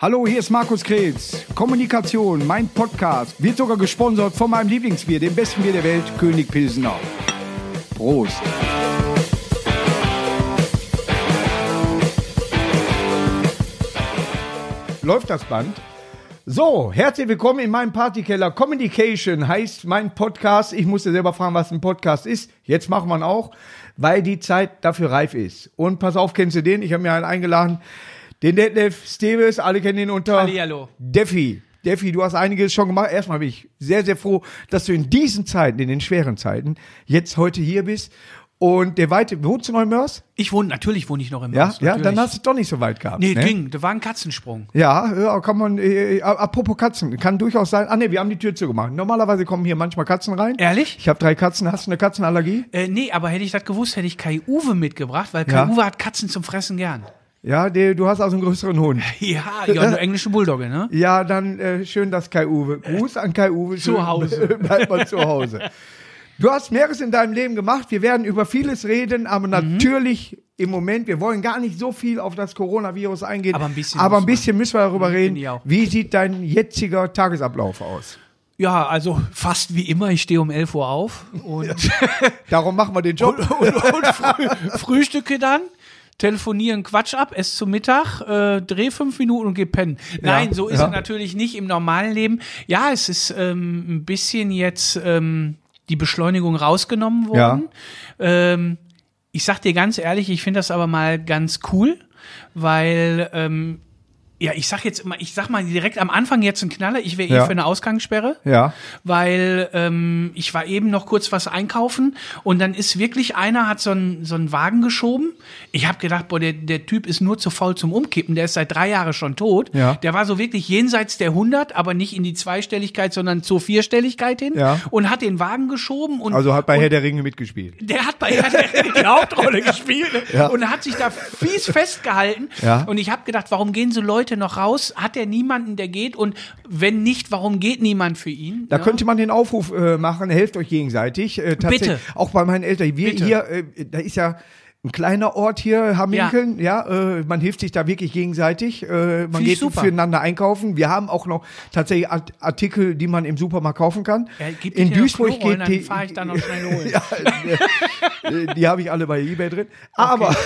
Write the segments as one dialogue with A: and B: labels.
A: Hallo, hier ist Markus Kretz. Kommunikation, mein Podcast, wird sogar gesponsert von meinem Lieblingsbier, dem besten Bier der Welt, König Pilsener. Prost. Läuft das Band? So, herzlich willkommen in meinem Partykeller. Communication heißt mein Podcast. Ich musste selber fragen, was ein Podcast ist. Jetzt machen wir ihn auch, weil die Zeit dafür reif ist. Und pass auf, kennst du den? Ich habe mir einen eingeladen. Den Detlef Steves, alle kennen ihn unter
B: Hallihallo.
A: Defi. Defi, du hast einiges schon gemacht. Erstmal bin ich sehr, sehr froh, dass du in diesen Zeiten, in den schweren Zeiten, jetzt heute hier bist. Und der weite, wohnst du noch in Mörs?
B: Ich wohne, natürlich wohne ich noch im
A: Ja,
B: Haus,
A: ja,
B: natürlich.
A: dann hast du es doch nicht so weit gehabt.
B: Nee,
A: ne?
B: ging, da war ein Katzensprung.
A: Ja, ja, kann man, äh, apropos Katzen, kann durchaus sein, ah ne, wir haben die Tür zugemacht. Normalerweise kommen hier manchmal Katzen rein.
B: Ehrlich?
A: Ich habe drei Katzen, hast du eine Katzenallergie?
B: Äh, nee, aber hätte ich das gewusst, hätte ich Kai Uwe mitgebracht, weil Kai
A: Ja.
B: Uwe hat Katzen zum Fressen gern.
A: Ja, der- du hast also einen größeren Hund.
B: Ja, ja, eine englische Bulldogge, ne?
A: Ja, dann äh, schön, dass Kai-Uwe, Gruß an Kai-Uwe.
B: Äh, Zu
A: Schön,
B: Hause.
A: Bleib mal zu Hause. Du hast mehres in deinem Leben gemacht, wir werden über vieles reden, aber
B: Mhm.
A: natürlich im Moment, wir wollen gar nicht so viel auf das Coronavirus eingehen.
B: Aber ein bisschen
A: aber ein
B: muss man.
A: bisschen müssen wir darüber reden.
B: ich auch.
A: Wie sieht dein jetziger Tagesablauf aus?
B: Ja, also fast wie immer, ich stehe um 11 Uhr auf und,
A: Darum machen wir den Job.
B: und, und frü frühstücke dann. Telefonieren Quatsch ab, esse zum Mittag, äh, dreh fünf Minuten und geh pennen. Nein, so ist
A: ja.
B: es natürlich nicht im normalen Leben. Ja, es ist ähm, ein bisschen jetzt ähm, die Beschleunigung rausgenommen worden. Ähm, ich sag dir ganz ehrlich, ich finde das aber mal ganz cool, weil ähm, ja, ich sag jetzt immer, ich sag mal direkt am Anfang jetzt ein Knaller, ich wäre
A: Ja.
B: eh für eine Ausgangssperre
A: Ja.
B: weil ähm, ich war eben noch kurz was einkaufen und dann ist wirklich einer hat so einen so einen Wagen geschoben. Ich habe gedacht, boah, der, der Typ ist nur zu faul zum Umkippen. Der ist seit drei Jahren schon tot.
A: Ja.
B: Der war so wirklich jenseits der 100, aber nicht in die Zweistelligkeit, sondern zur Vierstelligkeit hin
A: Ja.
B: und hat den Wagen geschoben und
A: Also hat bei Herr der Ringe mitgespielt.
B: der hat bei Herr der Ringe die Hauptrolle gespielt ne?
A: Ja.
B: und hat sich da fies festgehalten.
A: Ja.
B: Und ich habe gedacht, warum gehen so Leute noch raus? Hat er niemanden, der geht? Und wenn nicht, warum geht niemand für ihn?
A: Da
B: Ja.
A: könnte man den Aufruf äh, machen, helft euch gegenseitig. Äh, tatsächlich,
B: Bitte.
A: Auch bei meinen Eltern. Wir
B: Bitte.
A: hier, äh, da ist ja ein kleiner Ort hier, Hamminkeln. Ja, äh, man hilft sich da wirklich gegenseitig. Äh, man
B: ich
A: geht
B: super.
A: füreinander einkaufen. Wir haben auch noch tatsächlich Art- Artikel, die man im Supermarkt kaufen kann.
B: Ja, gib
A: In
B: dir noch
A: Duisburg
B: Klorollen,
A: geht
B: dann
A: die,
B: fahr ich da noch schnell holen.
A: ja, äh, die habe ich alle bei eBay drin. Aber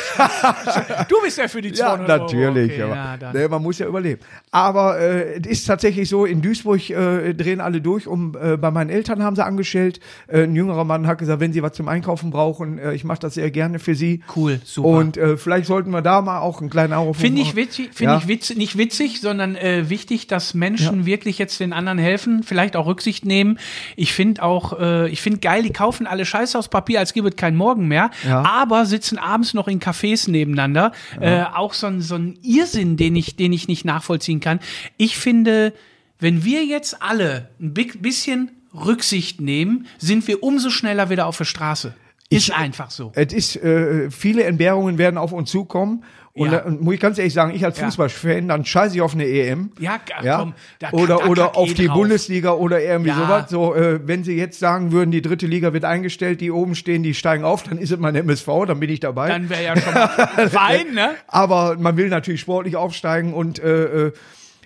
B: Du bist ja für die 200
A: ja,
B: Euro.
A: natürlich.
B: Okay,
A: aber,
B: ja, dann.
A: ne, man muss ja überleben. Aber äh, es ist tatsächlich so, in Duisburg äh, drehen alle durch. Um, äh, bei meinen Eltern haben sie angestellt. Äh, ein jüngerer Mann hat gesagt, wenn sie was zum Einkaufen brauchen, äh, ich mache das sehr gerne für sie.
B: Cool, super.
A: Und äh, vielleicht sollten wir da mal auch einen kleinen Aufruf
B: Finde ich
A: machen.
B: witzig, finde
A: Ja.
B: ich witzig, nicht witzig, sondern äh, wichtig, dass Menschen wirklich jetzt den anderen helfen, vielleicht auch Rücksicht nehmen. Ich finde auch, äh, ich finde geil, die kaufen alle Scheiße aus Papier, als gäbe es keinen Morgen mehr,
A: Ja.
B: aber sitzen abends noch in Cafés nebeneinander. Äh, auch so ein, so ein Irrsinn, den ich, den ich nicht nachvollziehen kann. Ich finde, wenn wir jetzt alle ein bi- bisschen Rücksicht nehmen, sind wir umso schneller wieder auf der Straße. Ist einfach so.
A: Es ist, äh, viele Entbehrungen werden auf uns zukommen. Und
B: Ja.
A: da, und muss ich ganz ehrlich sagen, ich als
B: Ja.
A: Fußballfan, dann scheiße ich auf eine E EM.
B: Ja, ach komm, da kack-
A: oder
B: da
A: oder
B: kack
A: auf
B: eh
A: die
B: drauf.
A: Bundesliga oder irgendwie
B: Ja.
A: sowas. So, äh, wenn sie jetzt sagen würden, die dritte Liga wird eingestellt, die oben stehen, die steigen auf, dann ist es mein MSV, dann bin ich dabei.
B: Dann wäre ja schon mal fein, ne?
A: Aber man will natürlich sportlich aufsteigen und äh, äh,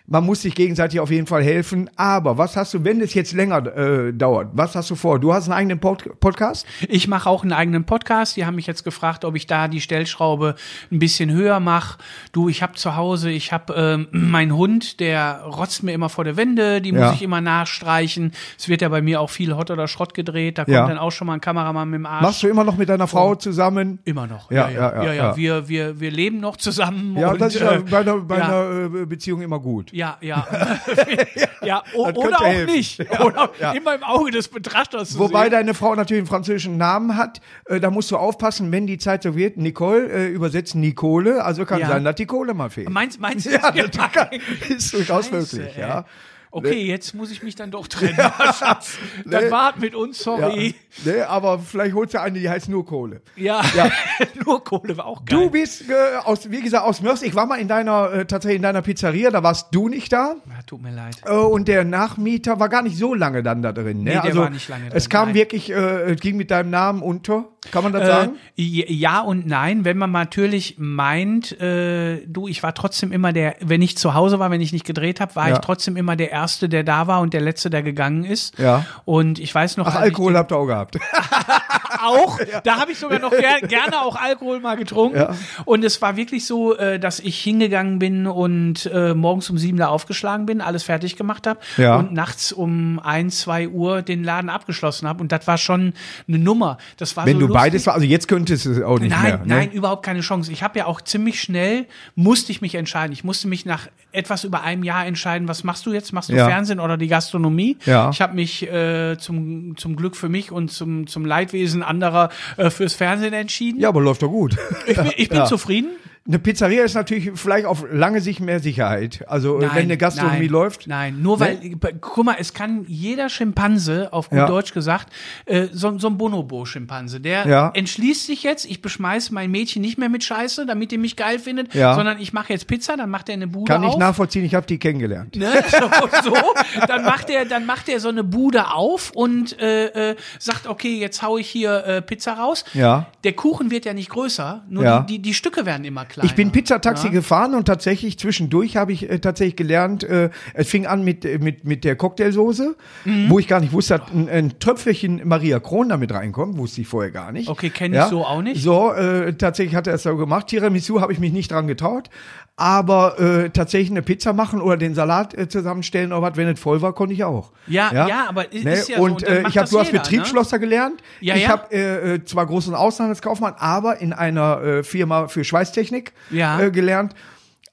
A: man muss sich gegenseitig auf jeden Fall helfen. Aber was hast du, wenn es jetzt länger äh, dauert, was hast du vor? Du hast einen eigenen Pod Podcast?
B: Ich mache auch einen eigenen Podcast. Die haben mich jetzt gefragt, ob ich da die Stellschraube ein bisschen höher mache. Du, ich habe zu Hause, ich habe ähm, meinen Hund, der rotzt mir immer vor der Wände. Die muss
A: Ja.
B: ich immer nachstreichen. Es wird ja bei mir auch viel Hot oder Schrott gedreht. Da kommt
A: Ja.
B: dann auch schon mal ein Kameramann mit dem Arsch.
A: Machst du immer noch mit deiner Frau zusammen?
B: Immer noch.
A: Ja,
B: ja,
A: ja, ja,
B: ja. ja,
A: ja.
B: Wir, wir, wir leben noch zusammen.
A: Ja,
B: und,
A: das ist ja
B: äh,
A: bei einer, bei
B: ja.
A: einer äh, Beziehung immer gut.
B: Ja, ja. ja, o-
A: könnte
B: oder auch
A: helfen.
B: nicht. Oder immer im Auge des Betrachters. zu
A: Wobei
B: sehen.
A: deine Frau natürlich einen französischen Namen hat, äh, da musst du aufpassen, wenn die Zeit so wird. Nicole äh, übersetzt Nicole, also kann
B: Ja.
A: sein, dass die Kohle mal fehlt.
B: Äh, Meinst, meinst du
A: ja,
B: das
A: das kann, ist durchaus möglich,
B: ey.
A: ja.
B: Okay, jetzt muss ich mich dann doch trennen. Schatz. Dann
A: Nee.
B: wart mit uns,
A: ja.
B: sorry.
A: Nee, aber vielleicht holst du eine, die heißt nur Kohle.
B: Ja,
A: Ja.
B: nur Kohle war auch geil.
A: Du bist, äh, aus, wie gesagt, aus Mörs. Ich war mal in deiner, äh, tatsächlich in deiner Pizzeria, da warst du nicht da.
B: ja, tut mir leid.
A: Äh, und der Nachmieter war gar nicht so lange dann da drin. Ne?
B: Nee, der
A: also,
B: war nicht lange
A: Es
B: drin,
A: kam
B: nein.
A: wirklich, äh, es ging mit deinem Namen unter. Kann man das sagen?
B: Äh, j- ja und nein, wenn man natürlich meint, äh, du, ich war trotzdem immer der, wenn ich zu Hause war, wenn ich nicht gedreht habe, war
A: Ja.
B: ich trotzdem immer der Erste, der da war und der Letzte, der gegangen ist.
A: Ja.
B: Und ich weiß noch,
A: Ach,
B: als
A: Alkohol habt ihr auch gehabt.
B: ich, auch, da habe ich sogar noch ger gerne auch Alkohol mal getrunken.
A: Ja.
B: Und es war wirklich so, äh, dass ich hingegangen bin und äh, morgens um sieben da aufgeschlagen bin, alles fertig gemacht habe
A: Ja.
B: und nachts um ein, zwei Uhr den Laden abgeschlossen habe. Und das war schon eine Nummer. Das war
A: Wenn
B: so
A: du
B: lustig.
A: beides war, also jetzt könntest du es auch nicht
B: Nein,
A: mehr.
B: nein,
A: Ne?
B: überhaupt keine Chance. Ich habe ja auch ziemlich schnell, musste ich mich entscheiden. Ich musste mich nach etwas über einem Jahr entscheiden, was machst du jetzt? Machst du
A: Ja.
B: Fernsehen oder die Gastronomie?
A: Ja.
B: Ich habe mich äh, zum, zum Glück für mich und zum, zum Leidwesen anderer äh, fürs Fernsehen entschieden.
A: Ja, aber läuft doch gut.
B: Ich bin, ich bin zufrieden.
A: Eine Pizzeria ist natürlich vielleicht auf lange Sicht mehr Sicherheit. Also wenn eine Gastronomie
B: nein,
A: läuft. Ne?
B: Nein, nur weil, guck mal, es kann jeder Schimpanse, auf gut
A: Ja.
B: Deutsch gesagt, äh, so, so ein Bonobo-Schimpanse, der
A: Ja.
B: entschließt sich jetzt, ich beschmeiße mein Mädchen nicht mehr mit Scheiße, damit die mich geil findet,
A: Ja.
B: sondern ich mache jetzt Pizza, dann macht er eine Bude
A: Kann
B: auf.
A: ich nachvollziehen, ich habe die kennengelernt.
B: Ne? So, so. Dann macht er, dann macht er so eine Bude auf und äh, äh, sagt, okay, jetzt hau ich hier äh, Pizza raus.
A: Ja.
B: Der Kuchen wird ja nicht größer, nur
A: Ja.
B: die, die, die Stücke werden immer kleiner.
A: Ich bin Pizzataxi gefahren und tatsächlich zwischendurch habe ich äh, tatsächlich gelernt, äh, es fing an mit, äh, mit, mit der Cocktailsoße,
B: Mhm.
A: wo ich gar nicht wusste, dass ein, ein Tröpfelchen Maria Kron damit reinkommt, wusste ich vorher gar nicht.
B: Okay, kenn ich so auch nicht.
A: So, äh, tatsächlich hat er es so gemacht. Tiramisu habe ich mich nicht dran getraut, aber äh, tatsächlich eine Pizza machen oder den Salat äh, zusammenstellen oder was, wenn es voll war, konnte ich auch.
B: Ja, ja, aber i- ist ja so,
A: Und
B: und dann
A: äh,
B: macht
A: ich habe,
B: das
A: du hast
B: jeder, ne?
A: Betriebsschlosser gelernt.
B: Ja,
A: ich
B: ja.
A: habe äh, äh, zwar großen Auslandskaufmann, aber in einer äh, Firma für Schweißtechnik
B: Ja.
A: äh, gelernt.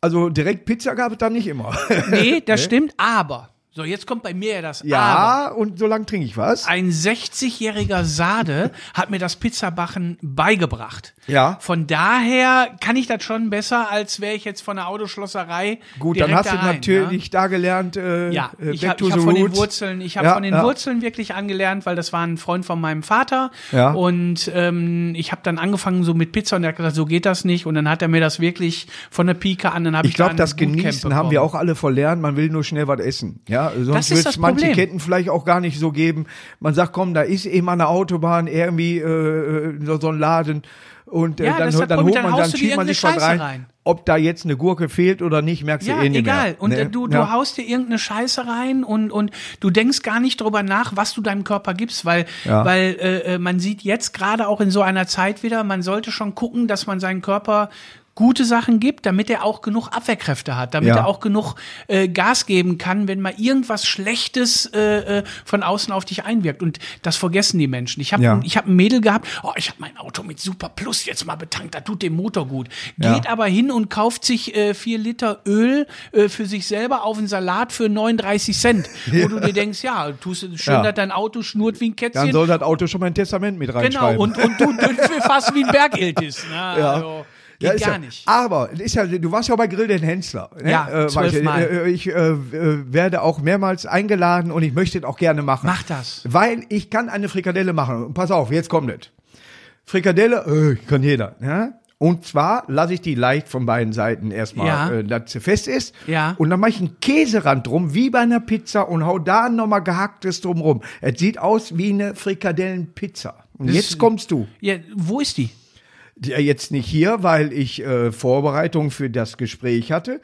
A: Also direkt Pizza gab es da nicht immer.
B: Nee, das stimmt, aber. So, jetzt kommt bei mir ja das Aber.
A: ja, und so lange trinke ich was.
B: Ein 60-jähriger Sade hat mir das Pizzabachen beigebracht.
A: Ja.
B: Von daher kann ich das schon besser, als wäre ich jetzt von der Autoschlosserei.
A: Gut, dann
B: direkt
A: hast
B: da
A: du
B: rein,
A: natürlich da gelernt, äh,
B: Ja,
A: äh,
B: ich
A: back
B: habe
A: to
B: hab
A: the
B: von den
A: roots.
B: Wurzeln, ich habe
A: Ja,
B: von den
A: ja.
B: Wurzeln wirklich angelernt, weil das war ein Freund von meinem Vater.
A: Ja.
B: Und ähm, ich habe dann angefangen so mit Pizza und er hat gesagt, so geht das nicht. Und dann hat er mir das wirklich von der Pike an. Dann hab
A: Ich
B: da
A: glaube,
B: ein
A: das
B: Bootcamp
A: Genießen haben wir
B: bekommen.
A: auch alle verlernt. Man will nur schnell was essen. Ja, Also
B: Das
A: sonst
B: ist
A: wird es
B: das
A: manche
B: Problem.
A: Ketten vielleicht auch gar nicht so geben. Man sagt, komm, da ist eben an der Autobahn irgendwie äh, so, so ein Laden und äh,
B: Ja,
A: dann,
B: das
A: hört-
B: hat
A: dann holt
B: Problem, dann
A: man, dann
B: haust du dir
A: schiebt man sich was
B: irgendeine
A: rein.
B: Scheiße rein.
A: Ob da jetzt eine Gurke fehlt oder nicht, merkst
B: Ja,
A: du eh nicht mehr.
B: egal. Und
A: Ne?
B: äh, du, du
A: Ja.
B: haust dir irgendeine Scheiße rein und, und du denkst gar nicht drüber nach, was du deinem Körper gibst, weil,
A: Ja.
B: weil äh, äh, man sieht jetzt gerade auch in so einer Zeit wieder, man sollte schon gucken, dass man seinen Körper gute Sachen gibt, damit er auch genug Abwehrkräfte hat, damit
A: Ja.
B: er auch genug äh, Gas geben kann, wenn mal irgendwas Schlechtes äh, äh, von außen auf dich einwirkt. Und das vergessen die Menschen. Ich habe
A: Ja.
B: ich hab ein Mädel gehabt, oh, ich habe mein Auto mit Super Plus jetzt mal betankt, da tut dem Motor gut.
A: Ja.
B: Geht aber hin und kauft sich äh, vier Liter Öl äh, für sich selber auf einen Salat für 39 Cent. Wo du dir denkst, ja, tust du schön,
A: Ja.
B: dass dein Auto schnurrt wie ein
A: Dann
B: Kätzchen.
A: soll das Auto schon mal ein Testament mit reinschreiben.
B: Genau, und, und du dünnst mir fast wie ein Bergiltis. Na,
A: Ja.
B: Also, geht
A: Ja, ist
B: gar
A: ja,
B: nicht.
A: Aber es ist ja, du warst ja auch bei Grill den Hensler. Ne?
B: Ja,
A: äh, war ich,
B: zwölfmal.
A: äh, ich äh, äh, werde auch mehrmals eingeladen und ich möchte es auch gerne machen.
B: Mach das.
A: Weil ich kann eine Frikadelle machen. Und pass auf, jetzt kommt es. Frikadelle, äh, kann jeder. Ja? Und zwar lasse ich die leicht von beiden Seiten erstmal,
B: Ja.
A: äh, dass sie fest ist.
B: Ja.
A: Und dann mache ich einen Käserand drum, wie bei einer Pizza, und hau da nochmal gehacktes drum rum. Es sieht aus wie eine Frikadellenpizza. Und
B: Das-
A: jetzt kommst du.
B: Ja, wo ist die?
A: Ja, jetzt nicht hier, weil ich äh, Vorbereitung für das Gespräch hatte.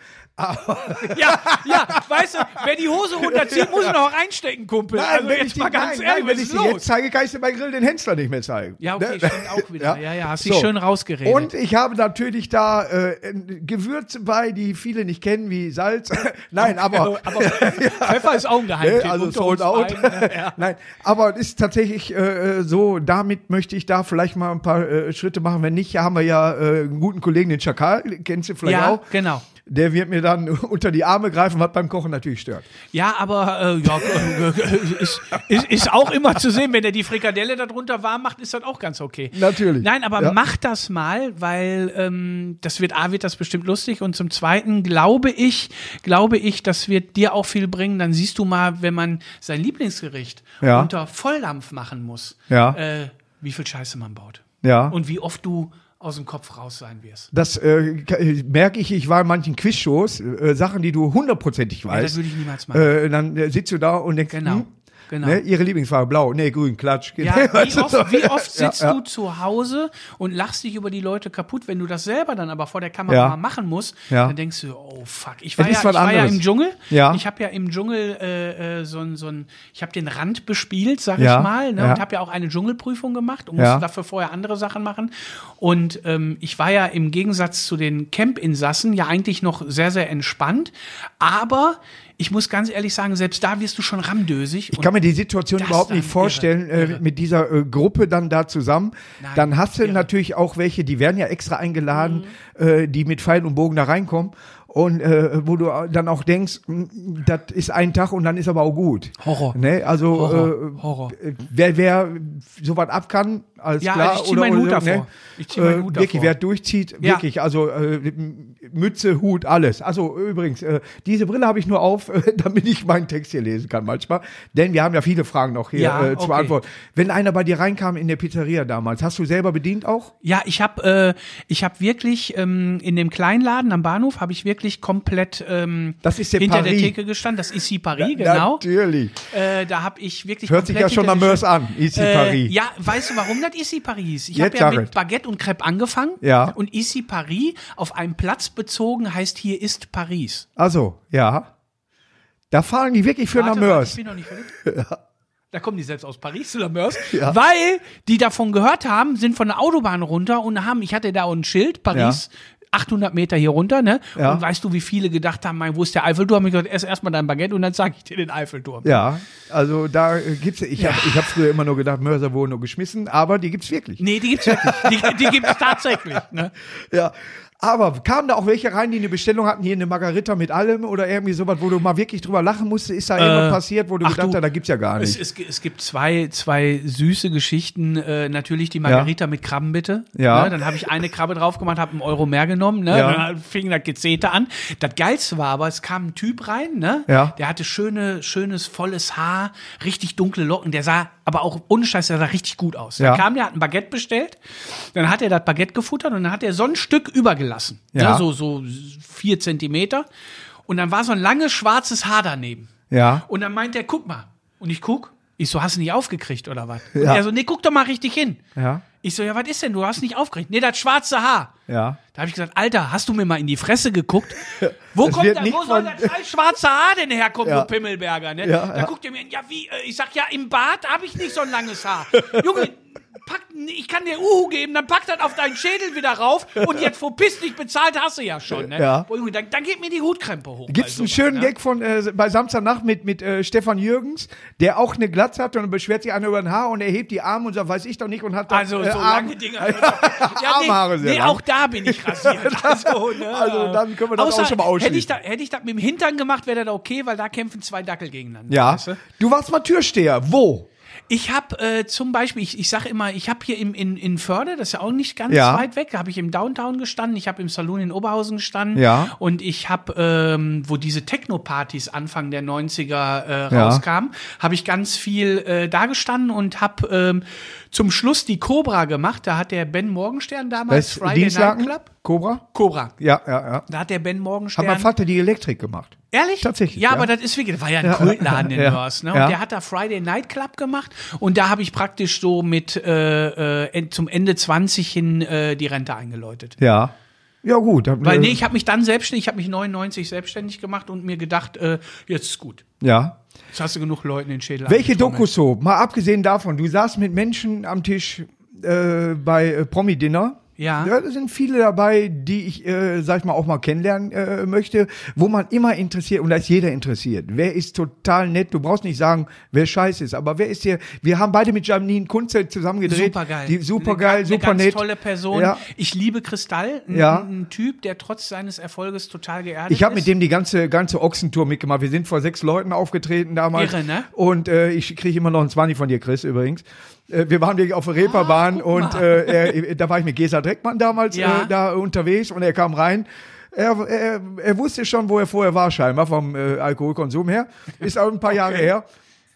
B: Ja, ja, weißt du, wer die Hose runterzieht, muss ihn auch reinstecken, Kumpel. also jetzt mal ganz
A: nein,
B: ehrlich,
A: nein, wenn
B: was
A: ich
B: ist
A: sie
B: los?
A: jetzt zeige, kann ich sie bei Grill den Hensler nicht mehr zeigen.
B: Ja, okay,
A: Ne?
B: stimmt auch wieder. Ja, ja, hast dich
A: So.
B: schön rausgeredet.
A: Und ich habe natürlich da äh, Gewürze bei, die viele nicht kennen, wie Salz. nein, aber...
B: aber Pfeffer ist auch ein Geheimtipp.
A: Ne, also
B: unter
A: sold
B: uns
A: out.
B: beiden, ne? Ja.
A: Nein, aber es ist tatsächlich äh, so, damit möchte ich da vielleicht mal ein paar äh, Schritte machen. Wenn nicht, haben wir ja äh, einen guten Kollegen, den Schakal, kennst du vielleicht
B: Ja,
A: auch.
B: genau.
A: Der wird mir dann unter die Arme greifen, was beim Kochen natürlich stört.
B: Ja, aber äh, ja, äh, ist, ist, ist auch immer zu sehen, wenn er die Frikadelle darunter warm macht, ist das auch ganz okay.
A: Natürlich.
B: Nein, aber
A: Ja.
B: mach das mal, weil ähm, das wird A wird das bestimmt lustig und zum Zweiten glaube ich, glaube ich, das wird dir auch viel bringen. Dann siehst du mal, wenn man sein Lieblingsgericht
A: Ja.
B: unter Volldampf machen muss,
A: Ja.
B: äh, wie viel Scheiße man baut
A: Ja.
B: und wie oft du aus dem Kopf raus sein wirst.
A: das äh, k- äh, merke ich, ich war in manchen Quizshows, äh, Sachen, die du hundertprozentig
B: Ja, das
A: weißt.
B: würde ich niemals machen.
A: äh, dann äh, sitzt du da und denkst,
B: Genau.
A: Äh, hm,
B: Genau.
A: Ne? Ihre Lieblingsfarbe, blau, nee, grün, klatsch. Also
B: Ja,
A: Weißt
B: wie
A: du,
B: oft, wie oft
A: Ja,
B: sitzt
A: ja.
B: du zu Hause und lachst dich über die Leute kaputt, wenn du das selber dann aber vor der Kamera
A: Ja.
B: mal machen musst,
A: Ja.
B: dann denkst du, oh fuck, ich war,
A: Es
B: ja,
A: ist
B: ich
A: was
B: war ja
A: anderes.
B: im Dschungel.
A: Ja.
B: Ich habe ja im Dschungel äh, äh, so ein, so ein, ich habe den Rand bespielt, sag
A: Ja.
B: ich mal, ne?
A: Ja.
B: und habe ja auch eine Dschungelprüfung gemacht und
A: Ja.
B: musste dafür vorher andere Sachen machen. Und ähm, ich war ja im Gegensatz zu den Camp-Insassen ja eigentlich noch sehr, sehr entspannt, aber ich muss ganz ehrlich sagen, selbst da wirst du schon ramdösig.
A: Ich kann mir die Situation
B: Das
A: überhaupt nicht
B: dann
A: vorstellen,
B: irre, irre.
A: Äh, mit dieser äh, Gruppe dann da zusammen.
B: Nein,
A: dann hast du
B: irre. Mhm.
A: natürlich auch welche, die werden ja extra eingeladen, äh, die mit Pfeil und Bogen da reinkommen. Und äh, wo du dann auch denkst, mh, das ist ein Tag und dann ist aber auch gut.
B: Horror.
A: Ne? Also
B: Horror,
A: Äh,
B: Horror.
A: äh, wer, wer sowas ab kann, alles
B: Oh, hm. Ja,
A: klar.
B: also ich zieh meinen Hut davor. Ich zieh meinen
A: äh,
B: Hut
A: wirklich,
B: davor.
A: wer durchzieht,
B: Ja.
A: wirklich. Also äh, m- Mütze, Hut, alles. Also übrigens, äh, diese Brille habe ich nur auf, äh, damit ich meinen Text hier lesen kann manchmal. Denn wir haben ja viele Fragen noch hier
B: Ja,
A: äh, zu
B: okay.
A: beantworten. Wenn einer bei dir reinkam in der Pizzeria damals, hast du selber bedient auch?
B: Ja, ich habe äh, ich habe wirklich ähm, in dem kleinen Laden am Bahnhof habe ich wirklich komplett ähm,
A: Das ist der
B: hinter der
A: Paris.
B: Theke gestanden. Das ist die Paris, genau.
A: Natürlich.
B: Äh, da habe ich wirklich
A: Hört sich ja
B: komplett
A: schon
B: hinter
A: am
B: der
A: Mörs
B: Stand-
A: an, Ici
B: äh,
A: Paris.
B: Ja, weißt du, warum das Issy Paris hieß? Ich
A: Jetzt
B: habe ja
A: sag
B: mit
A: es.
B: Baguette und Crepe angefangen.
A: Ja.
B: Und Issy Paris auf einem Platz bezogen heißt hier ist Paris.
A: Also, ja. Da fahren die wirklich für nach
B: Warte, warte,
A: Mörs.
B: ich bin noch nicht fertig. Da kommen die selbst aus Paris oder Mörs, weil die davon gehört haben, sind von der Autobahn runter und haben, ich hatte da auch ein Schild, Paris, 800 Meter hier runter, ne?
A: Ja.
B: Und weißt du, wie viele gedacht haben, mein, wo ist der Eiffelturm? Ich gesagt, ess erstmal dein Baguette und dann zeige ich dir den Eiffelturm.
A: Ja, also da äh, gibt's ich hab, ich habe früher immer nur gedacht, Mörser wurden nur geschmissen, aber die gibt's wirklich.
B: Nee, die gibt's wirklich. Die, die gibt's tatsächlich, ne?
A: Ja, aber kamen da auch welche rein, die eine Bestellung hatten, hier eine Margarita mit allem oder irgendwie sowas, wo du mal wirklich drüber lachen musstest, ist da irgendwas passiert, wo du
B: Äh, ach
A: gedacht
B: du,
A: hast, da gibt's ja gar
B: Es,
A: nicht.
B: es, es gibt zwei, zwei süße Geschichten. Äh, natürlich die Margarita mit Krabben bitte.
A: Ja.
B: Ne, dann habe ich eine Krabbe drauf gemacht, habe einen Euro mehr genommen. Ne?
A: Ja.
B: Dann fing das Gezete an. Das Geilste war aber, es kam ein Typ rein, ne?
A: Ja.
B: der hatte schöne, schönes, volles Haar, richtig dunkle Locken. Der sah aber auch ohne Scheiß, der sah richtig gut aus.
A: Ja.
B: Dann kam der, hat ein Baguette bestellt. Dann hat er das Baguette gefuttert und dann hat er so ein Stück übergelassen.
A: Ja.
B: Ne? So, so vier Zentimeter. Und dann war so ein langes, schwarzes Haar daneben.
A: Ja.
B: Und dann meint er, guck mal. Und ich guck. Ich so, hast du nicht aufgekriegt oder was? Und
A: Ja.
B: er so, nee, guck doch mal richtig hin.
A: Ja.
B: Ich so, ja, was ist denn? Du hast nicht aufgekriegt. Nee, das schwarze Haar.
A: Ja.
B: Da habe ich gesagt, Alter, hast du mir mal in die Fresse geguckt? Wo
A: Es
B: kommt
A: wird
B: da,
A: nicht
B: wo soll
A: von-
B: das scheiß schwarze Haar denn herkommen,
A: Ja.
B: du Pimmelberger? Ne?
A: Ja,
B: da
A: ja.
B: guckt er mir, ja wie, äh, ich sag ja, im Bad habe ich nicht so ein langes Haar. Junge, pack, ich kann dir Uhu geben, dann pack das auf deinen Schädel wieder rauf und jetzt verpiss dich, bezahlt hast du ja schon. Ne?
A: Ja.
B: Boah, Junge, dann, dann geht mir die Hutkrempe hoch.
A: Gibt's
B: bei
A: einen
B: sowas,
A: schönen
B: ne?
A: Gag von äh, bei Samstagnacht mit mit äh, Stefan Jürgens, der auch eine Glatze hat und dann beschwert sich einer über den Haar und er hebt die Arme und sagt, weiß ich doch nicht und hat dann
B: Also
A: äh,
B: so
A: Arm-
B: lange Dinger. Ja,
A: Armhaare
B: nee,
A: sehr
B: nee
A: lang.
B: auch da bin ich rasiert. Also, ne.
A: Also, dann können wir das
B: Außer,
A: auch schon mal
B: Hätte
A: ausschließen.
B: ich, da, hätte ich das mit dem Hintern gemacht, wäre das okay, weil da kämpfen zwei Dackel gegeneinander.
A: Ja.
B: weißt du?
A: Du warst mal Türsteher. Wo?
B: Ich habe äh, zum Beispiel, ich, ich sage immer, ich habe hier im, in, in Förde, das ist ja auch nicht ganz
A: Ja.
B: weit weg, habe ich im Downtown gestanden, ich habe im Saloon in Oberhausen gestanden
A: Ja.
B: und ich habe, ähm, wo diese Techno-Partys Anfang der 90er äh,
A: Ja.
B: rauskamen, habe ich ganz viel äh, da gestanden und habe ähm, zum Schluss die Cobra gemacht. Da hat der Ben Morgenstern damals
A: Weißt du,
B: Friday Night
A: Dienstlaken?
B: Club.
A: Cobra?
B: Cobra.
A: Ja, ja, ja.
B: Da hat der Ben Morgenstern.
A: Hat mein Vater die Elektrik gemacht.
B: Ehrlich?
A: Tatsächlich,
B: Ja,
A: ja.
B: aber das ist wirklich, das war ja ein Kultladen in
A: Ja.
B: Mörs, ne? Und
A: Ja.
B: der hat da Friday Night Club gemacht und da habe ich praktisch so mit äh, äh, en- zum Ende 20 hin äh, die Rente eingeläutet.
A: Ja. Ja, gut. dann,
B: Weil
A: äh,
B: nee, ich habe mich dann selbstständig, ich habe mich 99 selbstständig gemacht und mir gedacht, äh, jetzt ist gut.
A: ja.
B: Jetzt hast du genug Leuten den Schädel.
A: Welche
B: angetrommelt.
A: Dokus so? Mal abgesehen davon, du saßt mit Menschen am Tisch äh, bei äh, Promi-Dinner.
B: Ja.
A: Da sind viele dabei, die ich, äh, sag ich mal, auch mal kennenlernen äh, möchte, wo man immer interessiert, und da ist jeder interessiert. Wer ist total nett? Du brauchst nicht sagen, wer scheiße ist, aber wer ist hier? Wir haben beide mit Janine Kunze zusammen gedreht.
B: Supergeil.
A: Die, supergeil,
B: eine,
A: super
B: eine ganz
A: nett.
B: tolle Person.
A: Ja.
B: Ich liebe Kristall, ein,
A: Ja.
B: ein Typ, der trotz seines Erfolges total geerdet
A: Ich habe
B: ist.
A: mit dem die ganze, ganze Ochsentour mitgemacht. Wir sind vor sechs Leuten aufgetreten damals.
B: Irre, ne?
A: Und äh, ich kriege immer noch einen 20 von dir, Chris, übrigens. Äh, wir waren wirklich auf der Reeperbahn und äh, er, da war ich mit Gesa Dreckmann damals
B: Ah, Ja.
A: äh, da unterwegs und er kam rein. Er, er, er wusste schon, wo er vorher war, scheinbar, vom äh, Alkoholkonsum her. Ist auch ein paar Jahre her.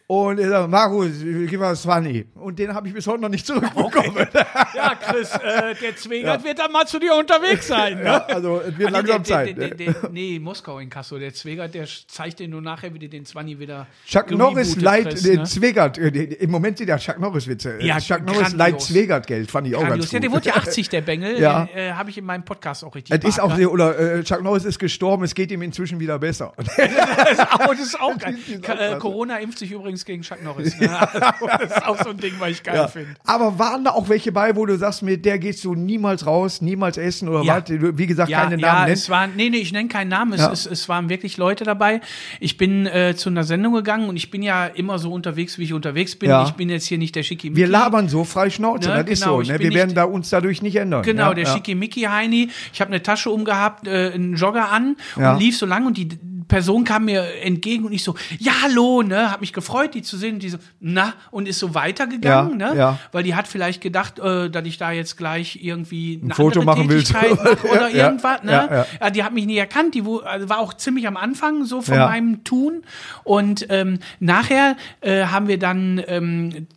A: Und er sagt, Markus, gib mal 20. Und den habe ich bis heute noch nicht zurückbekommen.
B: Ja, Chris, äh, der Zwegert wird dann mal zu dir unterwegs sein. Ne?
A: Ja, also es wird
B: Ah, nee,
A: langsam
B: der,
A: Zeit.
B: Der,
A: ne?
B: der, der, nee, Moskau in Kassel. Der Zwegert, der zeigt dir nur nachher, wie du den Zwanni wieder.
A: Chuck Norris
B: gerebootet
A: leiht
B: kriegst,
A: den
B: ne?
A: Zwegert. äh, die- Im Moment sind ja Chuck Norris Witze. Äh,
B: Ja,
A: Chuck Norris leiht
B: grandios.
A: Zwegert Geld, fand ich auch
B: Grandios. Ja,
A: Oh, ganz
B: der
A: gut.
B: wurde ja 80, der Bengel.
A: Ja.
B: Den, äh, habe ich in meinem Podcast auch richtig.
A: Es ist auch
B: beachtet.
A: sehr, oder äh, Chuck Norris ist gestorben, es geht ihm inzwischen wieder besser.
B: Oh, das ist auch geil.
A: Die ist auch
B: Ka- äh,
A: klasse.
B: Corona impft sich übrigens gegen Chuck Norris. Ne? Also, das ist auch so ein Ding, was ich geil
A: Ja.
B: finde.
A: Aber waren da auch welche bei, wo du sagst, mit der gehst du niemals raus, niemals essen oder
B: Ja.
A: was? Du- Wie gesagt, keine
B: ja,
A: Namen
B: es waren, nee, nee, ich nenne keinen Namen. Es,
A: Ja.
B: es, es waren wirklich Leute dabei. Ich bin äh, zu einer Sendung gegangen und ich bin ja immer so unterwegs, wie ich unterwegs bin.
A: Ja.
B: Ich bin jetzt hier nicht der Schicki.
A: Wir labern so frei Schnauze,
B: Ne,
A: das
B: genau,
A: ist
B: ich
A: so. Ne?
B: bin
A: Wir werden
B: nicht-
A: da uns dadurch nicht ändern.
B: Genau,
A: ja,
B: der
A: ja.
B: Schickimicki-Heini. Ich habe eine Tasche umgehabt, äh, einen Jogger an
A: Ja.
B: und lief so lang und die Person kam mir entgegen und ich so, ja, hallo, ne, hab mich gefreut, die zu sehen. Und die so, na, und ist so weitergegangen,
A: Ja,
B: ne,
A: ja.
B: weil die hat vielleicht gedacht, äh, dass ich da jetzt gleich irgendwie eine
A: Foto
B: andere
A: machen willst.
B: Tätigkeit mache oder
A: Ja,
B: irgendwas, ne.
A: ja, ja.
B: Ja, die hat mich nie erkannt, die wo- also war auch ziemlich am Anfang so von
A: Ja.
B: meinem Tun und ähm, nachher äh, haben wir dann ähm,